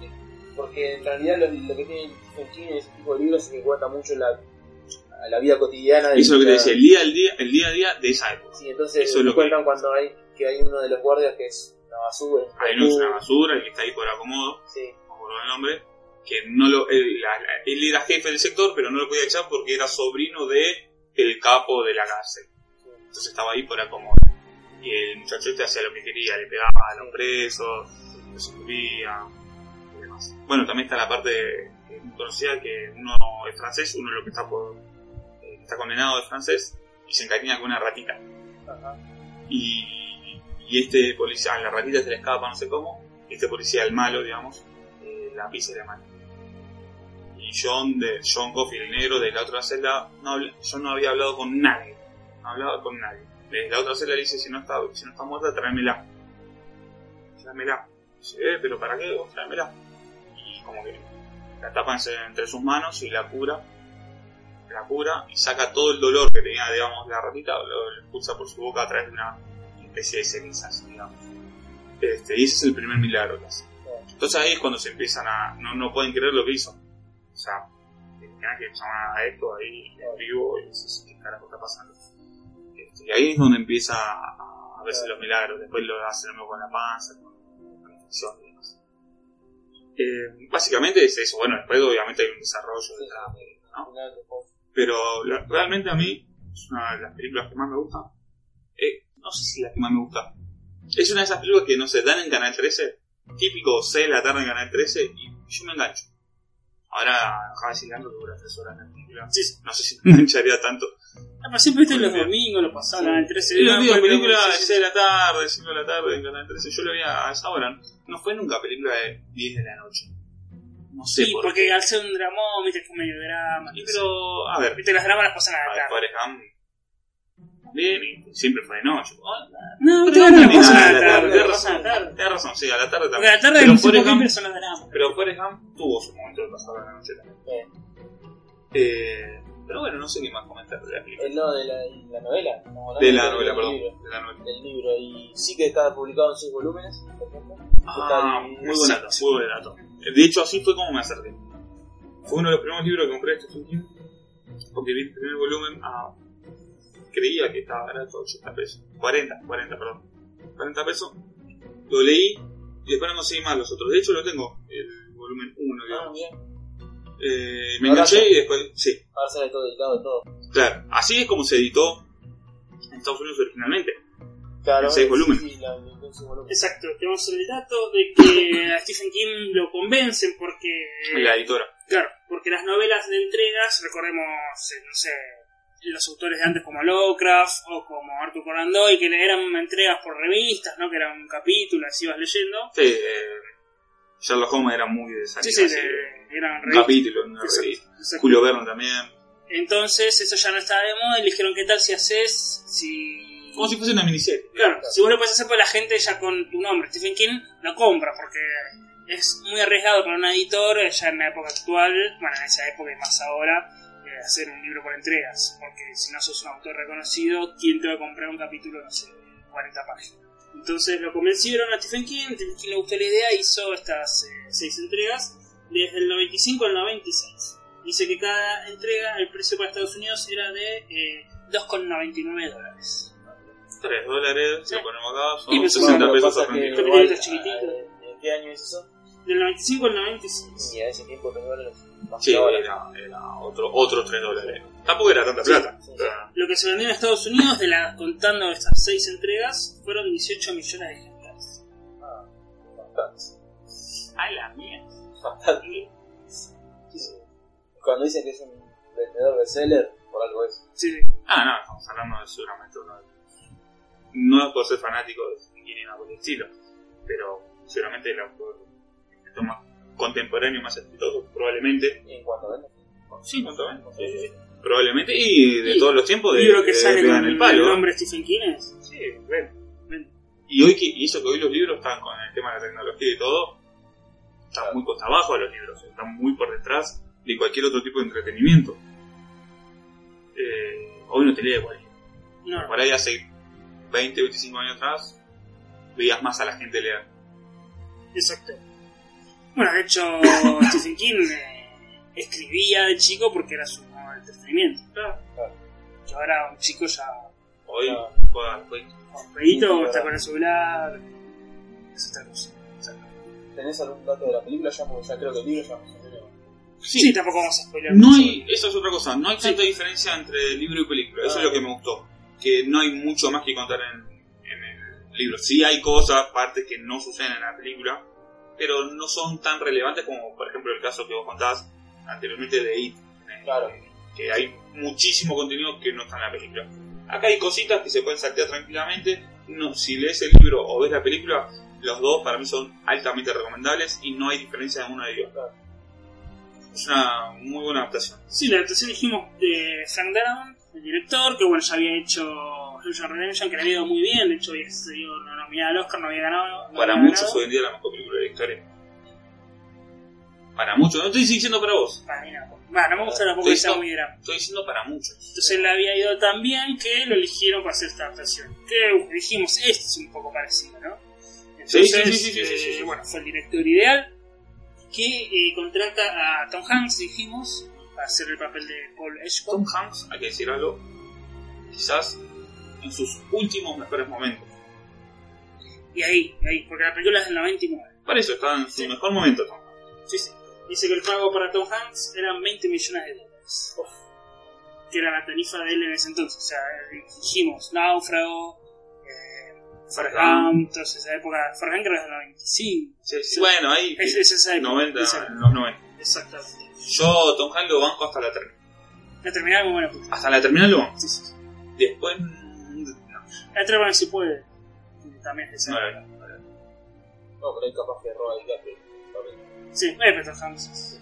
Speaker 3: de- porque en realidad lo, lo que tiene Stephen King en ese tipo de libros es que cuenta mucho la, a la vida cotidiana. de
Speaker 1: Eso es lo que te
Speaker 3: la-
Speaker 1: decía, el día, al día, el día a día de esa época.
Speaker 3: Sí, entonces
Speaker 1: Eso es lo que-
Speaker 3: cuentan cuando hay que hay uno de los guardias que es una basura. un
Speaker 1: Hay uno que Ah, es una
Speaker 3: pelotudo,
Speaker 1: basura, el que está ahí por acomodo,
Speaker 3: Sí,
Speaker 1: no me acuerdo el nombre, que no lo, él, la- la- él era jefe del sector, pero no lo podía echar porque era sobrino de el capo de la cárcel. Entonces estaba ahí por acomodo. Y el muchacho este hacía lo que quería, le pegaba a los presos, los subía y demás. Bueno, también está la parte eh, muy conocida que uno es francés, uno lo que está por, eh, está condenado es francés y se encariña con una ratita. Y, y este policía, a la ratita se le escapa no sé cómo, y este policía, el malo, digamos, eh, la pisa y la mata. Y John, de, John Coffey, el negro de la otra celda, no, habla- yo no había hablado con nadie no hablaba con nadie. Desde la otra celda le dice, si no está, si no está muerta, tráemela. Tráemela. Dice, eh, pero ¿para qué? Vos tráemela. Y como que la tapa en- entre sus manos y la cura. La cura y saca todo el dolor que tenía, digamos, la ratita, lo, lo expulsa por su boca a través de una especie de cenizas, digamos. Este, y ese es el primer milagro que hace. Entonces ahí es cuando se empiezan a... No, no pueden creer lo que hizo. O sea, tenía que llamar a esto ahí en vivo y dices, ¿qué carajo está pasando? Este, y ahí es donde empieza a a verse los milagros. Después lo hace lo mismo con la panza, con la infección y demás. Eh, básicamente es eso. Bueno, después obviamente hay un desarrollo de la ¿no?
Speaker 3: una vez después.
Speaker 1: pero la- realmente a mí es una de las películas que más me gusta. Eh, no sé si la que más me gusta. Es una de esas películas que no se dan en Canal 13. Típico 6 de la tarde en Canal 13 y yo me engancho. Ahora, Javi Silando dura 3 horas la película. No sé si me engancharía tanto.
Speaker 2: Ah, pero siempre viste los domingos, lo pasaban en el 13.
Speaker 1: Los
Speaker 2: era
Speaker 1: días,
Speaker 2: muy
Speaker 1: película de
Speaker 2: sí,
Speaker 1: 6 de la tarde, 5 de la tarde en Canal 13. Yo lo vi a esa hora. No fue nunca película de 10 de la noche. No sé
Speaker 2: Sí,
Speaker 1: por
Speaker 2: porque
Speaker 1: qué.
Speaker 2: al ser un dramón, viste, fue medio drama.
Speaker 1: Y
Speaker 2: no sé.
Speaker 1: pero, a ver,
Speaker 2: Viste, las dramas las pasan a la
Speaker 1: a ver,
Speaker 2: tarde.
Speaker 1: Forrest Gump también, y siempre fue de noche. Ah,
Speaker 2: No,
Speaker 1: pero
Speaker 2: viste, las
Speaker 1: no
Speaker 2: dramas
Speaker 1: entendí
Speaker 2: las
Speaker 1: nada
Speaker 2: pasan
Speaker 1: de
Speaker 2: a
Speaker 1: la
Speaker 2: la tarde.
Speaker 1: tarde.
Speaker 2: Las
Speaker 1: Tenés
Speaker 2: pasan a la
Speaker 1: razón,
Speaker 2: tarde.
Speaker 1: tenés razón, sí, a la tarde
Speaker 2: Porque a
Speaker 1: también.
Speaker 2: la tarde
Speaker 1: Pero
Speaker 2: no sé
Speaker 1: Forrest
Speaker 2: por qué,
Speaker 1: Gump-
Speaker 2: pero son los dramas.
Speaker 1: Pero Forrest Gump tuvo su momento de pasar la noche también.
Speaker 3: Eh,
Speaker 1: Eh, pero bueno, no sé qué más comentar de la película.
Speaker 3: el Eh, no, de la, la novela. estamos hablando
Speaker 1: De la
Speaker 3: del
Speaker 1: novela, perdón.
Speaker 3: libro,
Speaker 1: De la novela.
Speaker 3: Del libro. Y sí que está publicado en 6 volúmenes, por ejemplo.
Speaker 1: Ah,
Speaker 3: Está-
Speaker 1: muy buen dato, muy buen dato. De hecho, así fue como me acerqué. Fue uno de los primeros libros que compré este último. Porque vi el primer volumen a. Creía que estaba barato, 80 pesos. 40, 40, perdón. 40 pesos. Lo leí y después no conseguí más los otros. De hecho, lo tengo, el volumen 1,
Speaker 3: Ah,
Speaker 1: digamos.
Speaker 3: bien.
Speaker 1: Eh, me
Speaker 3: Ahora
Speaker 1: enganché
Speaker 3: sí.
Speaker 1: y después. Sí,
Speaker 3: Ahora sale todo editado, todo.
Speaker 1: claro. Así es como se editó en Estados Unidos originalmente.
Speaker 3: Claro.
Speaker 1: En seis
Speaker 3: sí,
Speaker 1: volúmenes.
Speaker 3: Sí, la, en seis volúmenes.
Speaker 2: Exacto, tenemos el dato de que a Stephen King lo convencen porque.
Speaker 1: La editora.
Speaker 2: Claro, porque las novelas de entregas, recordemos, eh, no sé, los autores de antes como Lovecraft o como Arthur Conan Doyle, que eran entregas por revistas, ¿no? Que eran capítulos, ibas leyendo.
Speaker 1: Sí, eh, Sherlock Holmes era muy de esa
Speaker 2: Sí, sí,
Speaker 1: línea,
Speaker 2: de-
Speaker 1: así que
Speaker 2: eran
Speaker 1: Un
Speaker 2: revistas.
Speaker 1: capítulo, una
Speaker 2: Exacto,
Speaker 1: revista.
Speaker 2: exacto.
Speaker 1: Julio Verne también.
Speaker 2: Entonces, eso ya no estaba de moda y le dijeron, ¿qué tal si haces? Si...
Speaker 1: Como si fuese una miniserie.
Speaker 2: Claro, si vos lo puedes hacer por la gente ya con tu nombre, Stephen King lo compra porque es muy arriesgado para un editor eh, ya en la época actual, bueno, en esa época y más ahora, eh, hacer un libro por entregas, porque si no sos un autor reconocido, ¿quién te va a comprar un capítulo, no sé, de 40 páginas? Entonces lo convencieron a Stephen King, Stephen King le gustó la idea, hizo estas eh, seis entregas desde el 95 al 96. Dice que cada entrega, el precio para Estados Unidos era de eh, 2,99 dólares.
Speaker 1: 3 dólares,
Speaker 2: Sí.
Speaker 1: lo ponemos acá,
Speaker 2: Y
Speaker 1: son
Speaker 2: pues,
Speaker 1: 60
Speaker 3: Bueno, lo que
Speaker 1: pesos
Speaker 3: pasa es que
Speaker 1: argentinos.
Speaker 2: argentinos.
Speaker 3: igual,
Speaker 2: Los chiquititos.
Speaker 3: ah, ¿En qué año es eso?
Speaker 2: Del 95 al 96.
Speaker 3: Sí, a ese tiempo los dólares. Más
Speaker 1: Sí,
Speaker 3: que ahora.
Speaker 1: era, era otro, otro 3 dólares. Tampoco era tanta plata.
Speaker 3: Sí, sí.
Speaker 1: O sea,
Speaker 2: Lo que se vendió en Estados Unidos, de la, contando estas 6 entregas, fueron 18 millones de ejemplares.
Speaker 3: Bastante.
Speaker 2: ¡A la mierda!
Speaker 3: Bastante. Sí. Cuando dicen que es un vendedor bestseller, por algo es.
Speaker 2: Sí, sí.
Speaker 1: Ah, no, estamos hablando de seguramente uno de No es por ser fanático de Stephen King ni nada por el estilo, pero seguramente el autor escritor más contemporáneo más exitoso, probablemente.
Speaker 3: Y en cuanto vende.
Speaker 1: Sí, contemporáneo. Probablemente, y de
Speaker 2: Y-
Speaker 1: todos los tiempos, de,
Speaker 2: Yo creo
Speaker 1: de
Speaker 2: que sale
Speaker 1: pegan
Speaker 2: con
Speaker 1: eh, el
Speaker 2: el,
Speaker 1: palo.
Speaker 2: nombre Stephen King es.
Speaker 1: Sí, bueno.
Speaker 2: Bueno,
Speaker 1: Y hoy que, y eso que hoy los libros están con el tema de la tecnología y todo, están muy costa abajo los libros, están muy por detrás de cualquier otro tipo de entretenimiento. Eh, hoy no te lee cualquier.
Speaker 2: No,
Speaker 1: Por ahí hace 20, 25 años atrás, veías más a la gente leer.
Speaker 2: exacto. Bueno, de hecho, Stephen King eh, escribía de chico porque era su modo de entretenimiento.
Speaker 1: Claro.
Speaker 2: Y ahora un chico ya,
Speaker 1: Hoy,
Speaker 3: Claro.
Speaker 1: joder, hoy-
Speaker 2: con pedito,
Speaker 3: Sí,
Speaker 2: está
Speaker 3: claro.
Speaker 2: con el celular. Es otra cosa.
Speaker 3: ¿Tenés algún dato de la película? Ya, porque ya creo que el libro ya me salió.
Speaker 2: Sí, tampoco vamos a spoiler.
Speaker 1: No
Speaker 2: mucho.
Speaker 1: hay, eso es otra cosa, no hay tanta diferencia entre libro y película, eso
Speaker 3: Ah.
Speaker 1: es lo que me gustó, que no hay mucho más que contar en, en el libro. Sí hay cosas, partes que no suceden en la película, pero no son tan relevantes como por ejemplo el caso que vos contabas anteriormente de It, eh,
Speaker 3: Claro.
Speaker 1: que hay muchísimo contenido que no está en la película. Acá hay cositas que se pueden saltear tranquilamente, no, si lees el libro o ves la película, los dos para mí son altamente recomendables y no hay diferencia en uno de ellos. Es una muy buena adaptación.
Speaker 2: Sí, la adaptación dijimos de Frank Darabont, el director, que bueno, ya había hecho Redemption Redemption, que le había ido muy bien, de hecho había sido nominada al Oscar, no había ganado. no
Speaker 1: Para
Speaker 2: había
Speaker 1: muchos
Speaker 2: ganado.
Speaker 1: hoy en día la mejor película de la historia. Para muchos, no estoy diciendo para vos,
Speaker 2: Para mí no. Bueno, no me gusta tampoco que sea muy drama.
Speaker 1: estoy diciendo para muchos.
Speaker 2: Entonces le había ido tan bien que lo eligieron para hacer esta adaptación. Que dijimos, este es un poco parecido, ¿no?
Speaker 1: Sí, sí, sí,
Speaker 2: Entonces,
Speaker 1: sí, sí, sí, sí,
Speaker 2: eh,
Speaker 1: sí.
Speaker 2: bueno, fue el director ideal que eh, contrata a Tom Hanks, dijimos, para hacer el papel de Paul Edgecombe.
Speaker 1: Tom Hanks, hay que decir algo, quizás en sus últimos mejores momentos.
Speaker 2: Y ahí, y ahí, porque la película es del 99.
Speaker 1: Para eso está en su
Speaker 2: Sí.
Speaker 1: mejor momento Tom Hanks.
Speaker 2: Sí, sí. Dice que el pago para Tom Hanks eran 20 millones de dólares. Que era la tarifa de él en ese entonces. O sea, eh, dijimos Náufrago, eh, Forrest Gump, entonces esa época. Forrest Gump era de 95.
Speaker 1: Sí, sí, Bueno, ahí
Speaker 2: Es, es esa época.
Speaker 1: 90,
Speaker 2: Esa-
Speaker 1: en los 90.
Speaker 2: Exactamente.
Speaker 1: Yo Tom Hanks lo banco hasta la 30.
Speaker 2: La terminal, como buena puta.
Speaker 1: Hasta la terminal lo vamos.
Speaker 2: Sí, sí, sí.
Speaker 1: Después. mm, No,
Speaker 2: La otra, bueno, si puede. También es esa.
Speaker 1: no, no, no, no.
Speaker 3: No, pero ahí capaz que roba el gato.
Speaker 2: Sí, eh, pero Tom Hanks.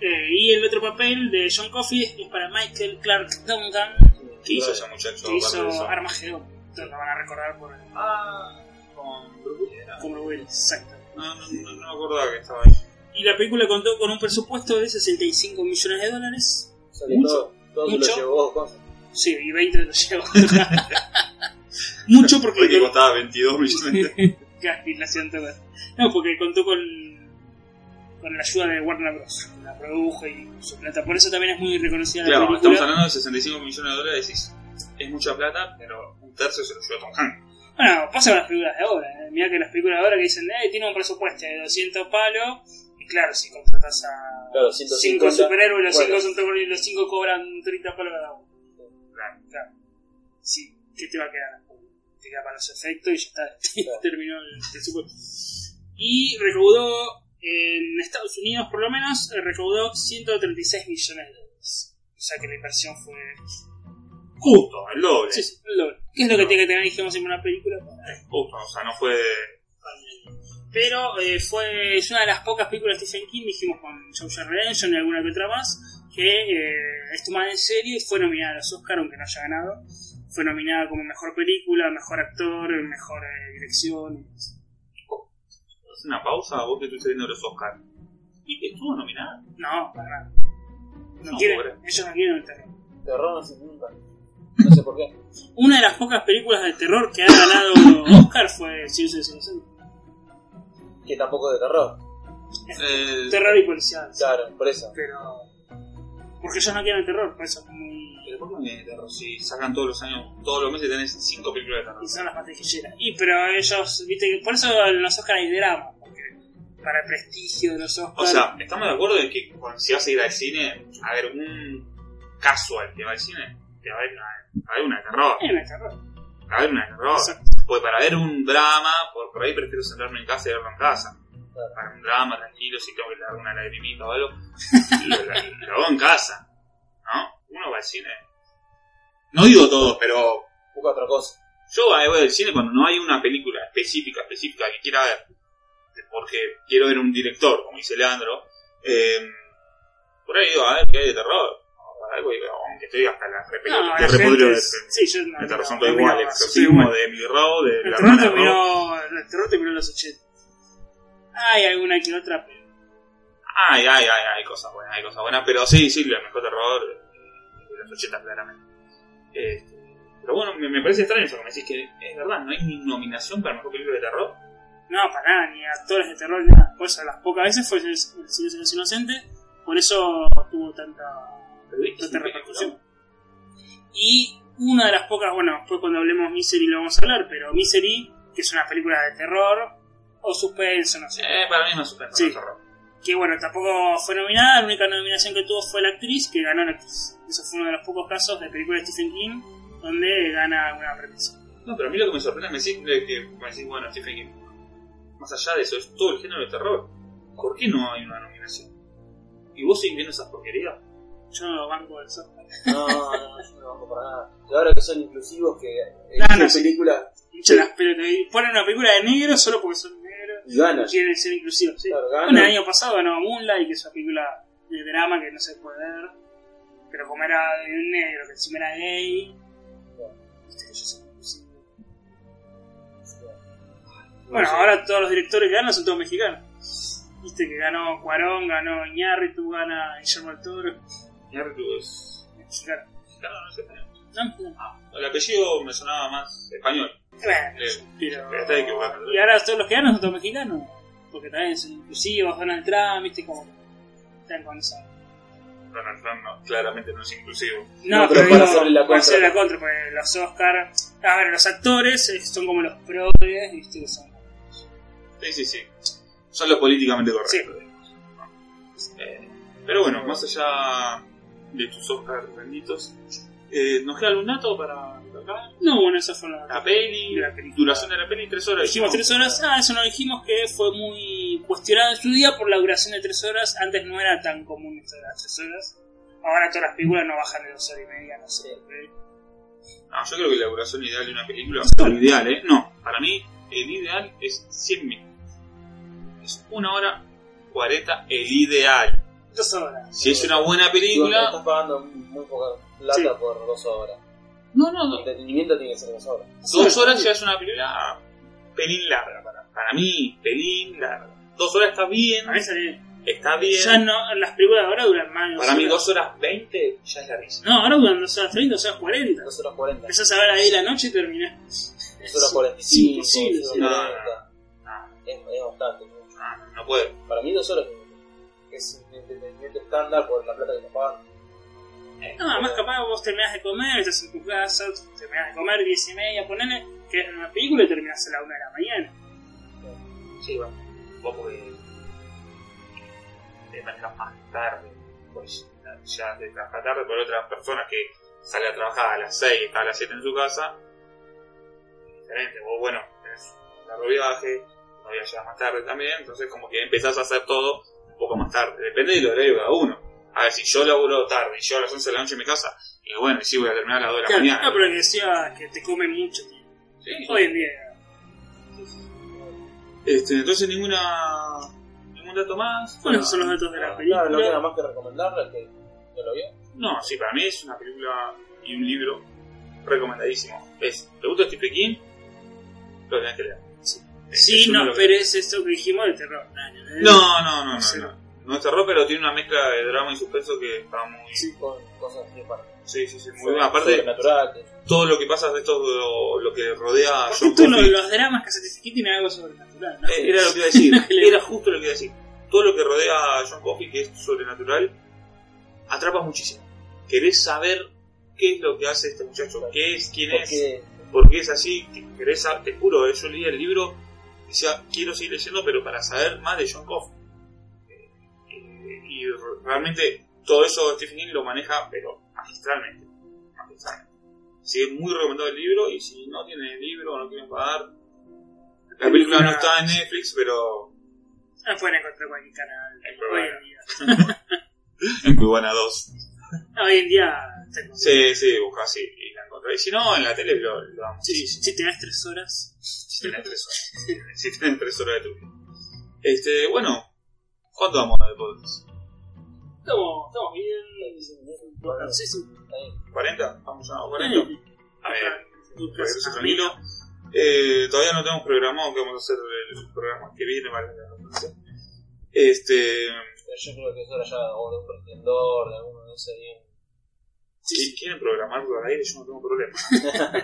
Speaker 2: Eh, y el otro papel de John Coffey es para Michael Clark Duncan,
Speaker 1: ¿Qué hizo ese muchacho? aparte de
Speaker 2: que
Speaker 1: eso?
Speaker 2: hizo Ah, Armagedón. Entonces lo van a recordar por el
Speaker 1: Ah, con Bruce Willis, era.
Speaker 2: como Will, exacto.
Speaker 1: No, no, no, no me acordaba que estaba ahí.
Speaker 2: Y la película contó con un presupuesto de 65 millones de dólares.
Speaker 3: O sea que
Speaker 1: Mucho.
Speaker 3: todo, todo se
Speaker 2: Mucho.
Speaker 3: lo llevó cosas.
Speaker 2: Sí, y 20 lo llevó. Mucho porque...
Speaker 1: Porque costaba 22 millones.
Speaker 2: Gaspi, la siento, pero- No, porque contó con, con la ayuda de Warner Bros. La produjo y su plata. Por eso también es muy reconocida la
Speaker 1: Claro,
Speaker 2: película.
Speaker 1: estamos hablando de 65 millones de dólares. Decís, es mucha plata, pero un tercio se lo llevó Tom Hanks.
Speaker 2: Bueno, pasa con las películas de ahora. eh. Mirá que las películas de ahora que dicen, eh, tiene un presupuesto de 200 palos. Y claro, si contratas a
Speaker 3: Claro,
Speaker 2: 5
Speaker 3: 150.
Speaker 2: superhéroes, los 5
Speaker 3: Bueno.
Speaker 2: son terroristas y los 5 cobran 30 palos cada uno. Claro, claro. Sí, ¿qué te va a quedar? Te queda para los efectos y ya está.
Speaker 3: Claro.
Speaker 2: Terminó el presupuesto. Y recaudó, en Estados Unidos por lo menos, eh, recaudó 136 millones de dólares. O sea que la inversión fue
Speaker 1: Justo, el doble.
Speaker 2: Sí, sí, el doble. ¿Qué es lo que tiene que tener, dijimos, en una película?
Speaker 1: Justo, o sea, no fue.
Speaker 2: Pero eh, fue es una de las pocas películas de Stephen King, dijimos con Shawshank Redemption y alguna que otra más, que eh, es tomada en serie y fue nominada a los Oscar, aunque no haya ganado. Fue nominada como mejor película, mejor actor, mejor eh, dirección.
Speaker 1: ¿Haces una pausa? Vos que estuviste viendo los Oscars. ¿Y estuvo nominada?
Speaker 2: No, para nada. No,
Speaker 1: No,
Speaker 2: quieren,
Speaker 1: pobre.
Speaker 2: ellos no quieren el terror.
Speaker 3: Terror no se nunca. No sé por qué.
Speaker 2: Una de las pocas películas de terror que ha ganado Oscar fue Silencio de los Inocentes.
Speaker 3: Que tampoco es de terror.
Speaker 1: Eh,
Speaker 2: Terror y policial.
Speaker 3: Claro, por eso.
Speaker 2: Pero. Porque ellos no quieren el terror, por eso es muy.
Speaker 1: Pero ¿por qué no viene de terror? Si sacan todos los años, todos los meses tenés 5 películas de terror.
Speaker 2: Y son las más taquilleras. Y pero ellos, viste, que por eso en los Oscar hay drama, porque para el prestigio de los Oscar
Speaker 1: O sea, estamos de acuerdo en que cuando- si vas a ir al cine, a ver un casual que va al cine, te va a ver una, a ver una de terror.
Speaker 2: es una terror.
Speaker 1: A ver una de terror.
Speaker 2: Exacto.
Speaker 1: Pues para ver un drama, por, por ahí prefiero sentarme en casa y verlo en casa. Para un drama, tranquilo, si tengo que dar una lagrimita o algo, lo, lo- lo hago en casa. ¿No? Uno va al cine. No digo todo, pero
Speaker 3: Busca otra cosa.
Speaker 1: yo eh, voy al cine cuando no hay una película específica, específica que quiera ver. Porque quiero ver un director, como dice Leandro. Eh, por ahí digo, a ver qué hay de terror. O algo, y veo, aunque estoy hasta la repelida.
Speaker 2: No, la gente es- Sí, yo no.
Speaker 1: de terror son
Speaker 2: no,
Speaker 1: todos
Speaker 2: no
Speaker 1: iguales.
Speaker 2: miraba,
Speaker 1: Exorcismo
Speaker 2: igual.
Speaker 1: de Emily Rowe, de
Speaker 2: El
Speaker 1: la
Speaker 2: terror
Speaker 1: hermana de Rowe.
Speaker 2: terminó. El terror terminó en los 80. Hay alguna que otra, pero.
Speaker 1: Ay, ay, ay, hay cosas buenas, hay cosas buenas. Pero sí, sí, el mejor terror eh, de los 80, claramente. Este, pero bueno, me, me parece extraño eso que me decís que es verdad, no hay ni nominación para mejor película de terror.
Speaker 2: No, para nada, ni actores de terror, ni nada. Por eso las pocas veces fue el silencio de los inocentes. Por eso tuvo tanta
Speaker 1: Pero es que es
Speaker 2: tanta
Speaker 1: un
Speaker 2: repercusión. Y una de las pocas, bueno, después cuando hablemos Misery lo vamos a hablar, pero Misery, que es una película de terror o suspenso, no sé.
Speaker 1: Eh, para mí es más suspenso
Speaker 2: Sí.
Speaker 1: el terror.
Speaker 2: Que bueno, tampoco fue nominada, la única nominación que tuvo fue la actriz que ganó la actriz. Eso fue uno de los pocos casos de películas de Stephen King donde gana una premisa.
Speaker 1: No, pero a mí lo que me sorprende es decir, de que me decís, bueno, Stephen King, más allá de eso, es todo el género de terror. ¿Por qué no hay una nominación? ¿Y vos sigues viendo esas porquerías?
Speaker 2: Yo no banco de eso.
Speaker 3: No, no, yo no banco para nada. Y ahora que son inclusivos, que
Speaker 2: No,
Speaker 3: no,
Speaker 2: no, sí.
Speaker 3: películas
Speaker 2: Yo las pelotas. y Ponen una película de negro solo porque son negros.
Speaker 3: y ganan.
Speaker 2: Quieren ser inclusivos, sí.
Speaker 3: Claro,
Speaker 2: Bueno, el
Speaker 3: ganan.
Speaker 2: año pasado ganó Moonlight, que es una película de drama que no se puede ver. Pero como era de un negro, que encima era gay. viste que yo soy inclusivo. Bueno,
Speaker 3: Sí.
Speaker 2: ahora todos los directores que ganan son todos mexicanos. Viste que ganó Cuarón, ganó Iñárritu, gana Guillermo del Toro.
Speaker 1: Y ahora tú es...
Speaker 2: Mexicano.
Speaker 1: Claro, no sé. Ah,
Speaker 2: No, no.
Speaker 1: El apellido me sonaba más español.
Speaker 2: Bueno,
Speaker 1: Leo.
Speaker 2: pero...
Speaker 1: Pero está equivocado.
Speaker 2: Y ahora todos los que ganan son todos mexicanos. Porque también son inclusivos, Donald Trump, viste como... Están con esa...
Speaker 1: Donald Trump no, claramente no es inclusivo.
Speaker 2: No,
Speaker 3: No,
Speaker 2: pero,
Speaker 3: pero
Speaker 2: digo,
Speaker 3: para
Speaker 2: para
Speaker 3: hacerle la contra.
Speaker 2: hacerle la contra, porque los Oscar, a ver, los actores eh, son como los progres, ¿viste? que Son,
Speaker 1: Sí, sí, sí. Son lo políticamente correcto.
Speaker 2: Sí.
Speaker 1: digamos, ¿no? Eh, pero bueno, más allá de tus Oscars benditos, eh, ¿nos queda algún dato para acá?
Speaker 2: no, bueno, eso fue la,
Speaker 1: La peli,
Speaker 2: de la película.
Speaker 1: duración de la peli, tres horas.
Speaker 2: Dijimos tres horas, ah, eso no dijimos que fue muy cuestionado en su día por la duración de tres horas, antes no era tan común esto de las tres horas. Ahora todas las películas no bajan de dos horas y media, no sé. pero-
Speaker 1: No, Ah, yo creo que la duración ideal de una película. Lo ideal, ¿eh? No, para mí el ideal es 100 minutos. Es una hora 40 el ideal.
Speaker 2: Dos horas.
Speaker 1: Si es una buena
Speaker 3: Digo, te
Speaker 1: película.
Speaker 3: estás pagando muy poca plata
Speaker 2: Sí.
Speaker 3: por dos horas.
Speaker 1: No, no,
Speaker 3: El
Speaker 1: no.
Speaker 3: entretenimiento tiene que ser dos horas.
Speaker 1: Dos horas ya es una película pelín larga. Para, para mí, pelín larga. Dos horas está bien.
Speaker 2: A mí está bien.
Speaker 1: Está bien.
Speaker 2: Ya no, las películas de ahora duran más. de
Speaker 1: Para mí,
Speaker 2: horas.
Speaker 1: dos horas 20 ya es larguísimo.
Speaker 2: No, ahora duran dos horas 30, dos horas 40.
Speaker 3: Dos horas cuarenta.
Speaker 2: Empezás a ver ahí la noche y terminás.
Speaker 3: Dos horas
Speaker 2: Sí,
Speaker 3: cuarenta y
Speaker 2: es
Speaker 3: cinco.
Speaker 2: imposible.
Speaker 3: dos
Speaker 1: No,
Speaker 3: horas cuarenta.
Speaker 1: No,
Speaker 3: Es, es bastante. mucho.
Speaker 1: no, no puedo.
Speaker 3: Para mí dos horas es un entretenimiento estándar por la plata que te pagan.
Speaker 1: Eh,
Speaker 2: No, además capaz vos terminás de comer, estás en tu casa, terminás de comer 10 y media, ponele, que es una película y terminás a la 1 de la mañana.
Speaker 1: Sí, va. Vos podés. Te marcas más tarde. Pues ya te trabajas tarde por otras personas que sale a trabajar a las 6 y está a las 7 en su casa. Es Diferente. Vos, bueno, tenés un largo viaje, no voy a llegar más tarde también. Entonces, como que empezás a hacer todo un poco más tarde. Depende del horario de cada uno. A ver, si yo laburo tarde y yo a las 11 de la noche en mi casa, y bueno, y sí voy a terminar a las 2 de la
Speaker 2: Claro,
Speaker 1: mañana.
Speaker 2: no, pero que decía que te come mucho tiempo.
Speaker 1: Sí.
Speaker 2: Hoy en día.
Speaker 1: Este, entonces, ninguna. Ningún dato más.
Speaker 2: Bueno,
Speaker 1: Bueno,
Speaker 2: son los datos de la
Speaker 3: Claro, no queda
Speaker 2: película.
Speaker 3: más que recomendarla que no lo vio.
Speaker 1: No, sí, para mí es una película y un libro recomendadísimo. Es, ¿te gusta Stephen King? Lo tenés que leer. Es- es
Speaker 2: Sí,
Speaker 1: uno
Speaker 2: no
Speaker 1: de los-
Speaker 2: esperes esto que dijimos de terror. No, no, no.
Speaker 1: No, no, no, no.
Speaker 2: Sí.
Speaker 1: No, no es terror, pero tiene una mezcla de drama y suspenso que está muy. Sí,
Speaker 3: Sí, con cosas que para
Speaker 1: sí, sí, muy buena. Aparte,
Speaker 3: natural.
Speaker 1: todo lo que pasa de esto, lo, lo que rodea a
Speaker 2: Porque
Speaker 1: John
Speaker 2: todos los,
Speaker 1: Coffey.
Speaker 2: los dramas que se te tienen algo sobrenatural. ¿no?
Speaker 1: Eh, Era lo que iba a decir.
Speaker 2: No, que le-
Speaker 1: Era justo lo que iba a decir. Todo lo que rodea a John Coffey, que es sobrenatural, atrapa muchísimo. Querés saber qué es lo que hace este muchacho, qué es, quién es.
Speaker 3: Porque
Speaker 1: porque es así, que querés sa- te juro, eh, yo leí el libro, decía, quiero seguir leyendo, pero para saber más de John Coffey. Eh, eh, y re- realmente todo eso Stephen King lo maneja, pero magistralmente. magistralmente. Así que es muy recomendado el libro, y si no tienen el libro o no quieren pagar, la película no está en Netflix, pero
Speaker 2: Ah, pueden encontrar cualquier canal.
Speaker 1: Es
Speaker 2: Hoy
Speaker 1: probable.
Speaker 2: en día.
Speaker 1: en Cubana 2.
Speaker 2: No, Ah, hoy en día. tengo-
Speaker 1: Sí, sí, buscás y, y la encontrás. Y si no, en la tele lo, lo damos.
Speaker 2: Si, si te das tres horas.
Speaker 1: Si tenés tres horas. si tenés tres horas de tu vida. Este, bueno, ¿cuánto vamos de podcast?
Speaker 2: Estamos, estamos bien. Sí, sí.
Speaker 1: ¿40? Vamos a 40. A ver, regreso tranquilo.
Speaker 2: Tranquilo.
Speaker 1: Eh, todavía no tenemos programado que vamos a hacer el programa que viene para la noticia. Este.
Speaker 3: yo creo que es hora ya o de un pretendor, de uno, no sé bien.
Speaker 1: Si quieren programar por aire, yo no tengo problema.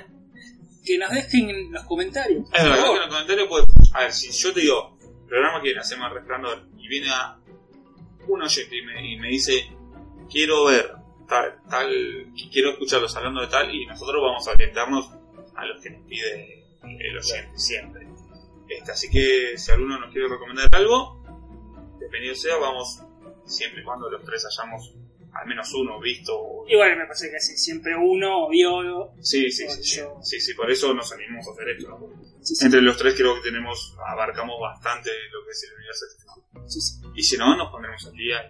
Speaker 2: Que nos dejen en los comentarios.
Speaker 1: Es verdad,
Speaker 2: por
Speaker 1: que en
Speaker 2: favor.
Speaker 1: los comentarios puede. A ver, si yo te digo, programa que hacemos al resplandor y viene a un oyente y me, y me dice, quiero ver tal, tal, quiero escucharlos hablando de tal, y nosotros vamos a orientarnos a los que nos pide el oyente siempre. Este, así que si alguno nos quiere recomendar algo, bienvenido sea, vamos siempre y cuando los tres hayamos al menos uno visto. o-
Speaker 2: Igual me parece que así siempre uno vio.
Speaker 1: Sí, sí, sí, sí,
Speaker 2: Yo-
Speaker 1: sí, sí, por eso nos animamos a hacer esto. ¿no?
Speaker 2: Sí, sí,
Speaker 1: Entre los tres creo que tenemos, abarcamos bastante lo que es el universo de Stephen King.
Speaker 2: sí, sí.
Speaker 1: Y si no, nos pondremos al día.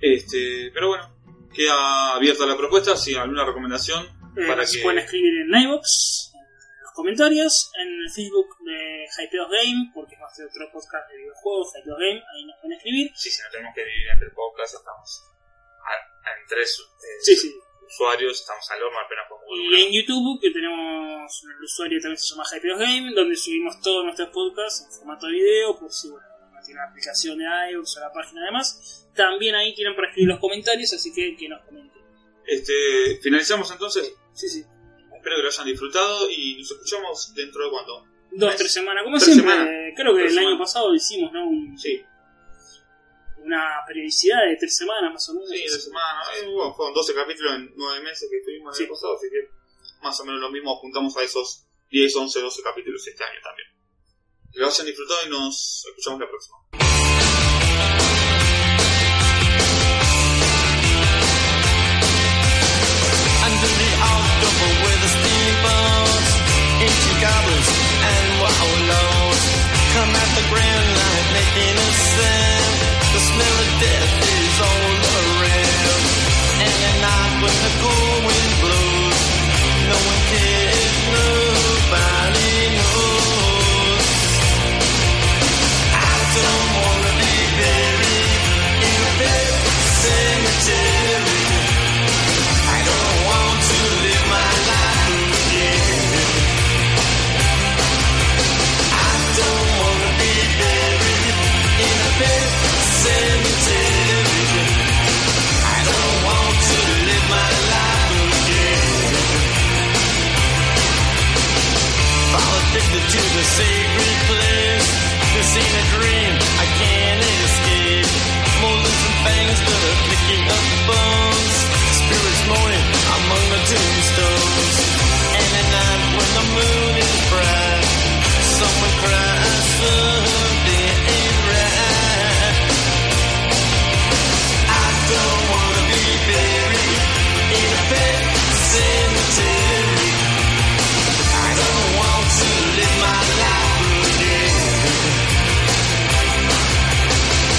Speaker 1: Este, pero bueno, queda abierta la propuesta, si alguna recomendación
Speaker 2: Eh,
Speaker 1: para
Speaker 2: nos
Speaker 1: que...
Speaker 2: pueden escribir en iVoox, en los comentarios, en el Facebook de Hypeos Game, porque es más de otro podcast de videojuegos, Hypeos Game, ahí nos pueden escribir.
Speaker 1: Sí, si no tenemos que dividir entre podcasts, estamos a- a- en tres eh,
Speaker 2: Sí, sí.
Speaker 1: usuarios, estamos al horno apenas podemos
Speaker 2: Y
Speaker 1: volver.
Speaker 2: en YouTube, que tenemos el usuario que también se llama Hypeos Game, donde subimos todos nuestros podcasts en formato de video, por si bueno, no tiene la aplicación de iVoox o la página además. También ahí tienen para escribir los comentarios, así que que nos comenten.
Speaker 1: Este, finalizamos entonces,
Speaker 2: Sí, sí.
Speaker 1: espero que lo hayan disfrutado y nos escuchamos dentro de cuánto.
Speaker 2: Dos,
Speaker 1: Tres.
Speaker 2: tres semanas, como
Speaker 1: Tres
Speaker 2: siempre.
Speaker 1: semanas.
Speaker 2: Creo que
Speaker 1: Tres
Speaker 2: el año
Speaker 1: semanas.
Speaker 2: pasado hicimos ¿no? Un-
Speaker 1: Sí,
Speaker 2: una periodicidad de tres semanas más o menos.
Speaker 1: Sí, de semana. Eh, bueno, fueron 12 capítulos en 9 meses que estuvimos en el
Speaker 2: Sí.
Speaker 1: pasado, así que más o menos lo mismo apuntamos a esos 10, 11, 12 capítulos este año también. Que lo hayan disfrutado y nos escuchamos la próxima.
Speaker 4: Under the October with the steamboats, ancient goblins and wallows. Come at the grand line making a sound. The smell of death is all around. And at night when the cold wind blows, no one cares, nobody knows. I don't wanna be buried in a big cemetery. I don't want to live my life again. I don't wanna be buried in a big cemetery. I don't want to live my life again. I'm addicted to the sacred place. This ain't a dream, I can't escape. Molding some fangs, but I'm picking up bones. Spirits moaning among the tombstones. And at night when the moon is bright, someone cries something ain't right. I don't wanna be buried in a pet cemetery. I don't want to live my life again.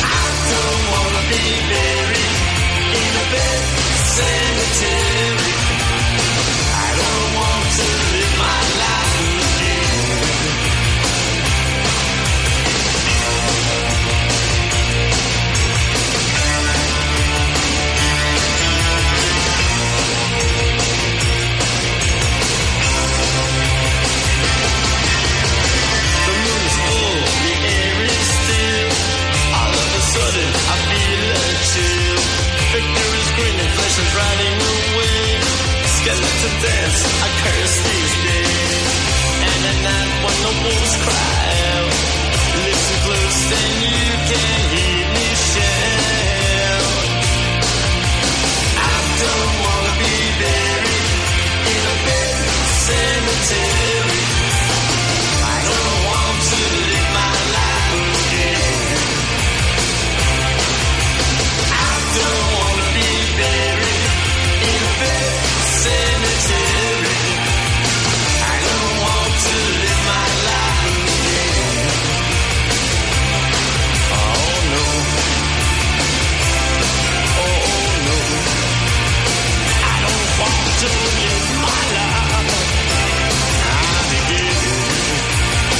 Speaker 4: I don't wanna be buried in a bed cemetery. I don't want to live my life again. The moon is full, the air is still. All of a sudden, I feel a chill. Victor is grinning, flesh is riding away. Skeleton dance, I curse these days. And at night when the wolves cry out, listen close and you can hear me shout. I don't wanna be buried in a big cemetery. I don't want to live my life again. I don't wanna be buried in a big cemetery. I don't want to live my life again. Oh no. Oh no. I don't want to live my life again.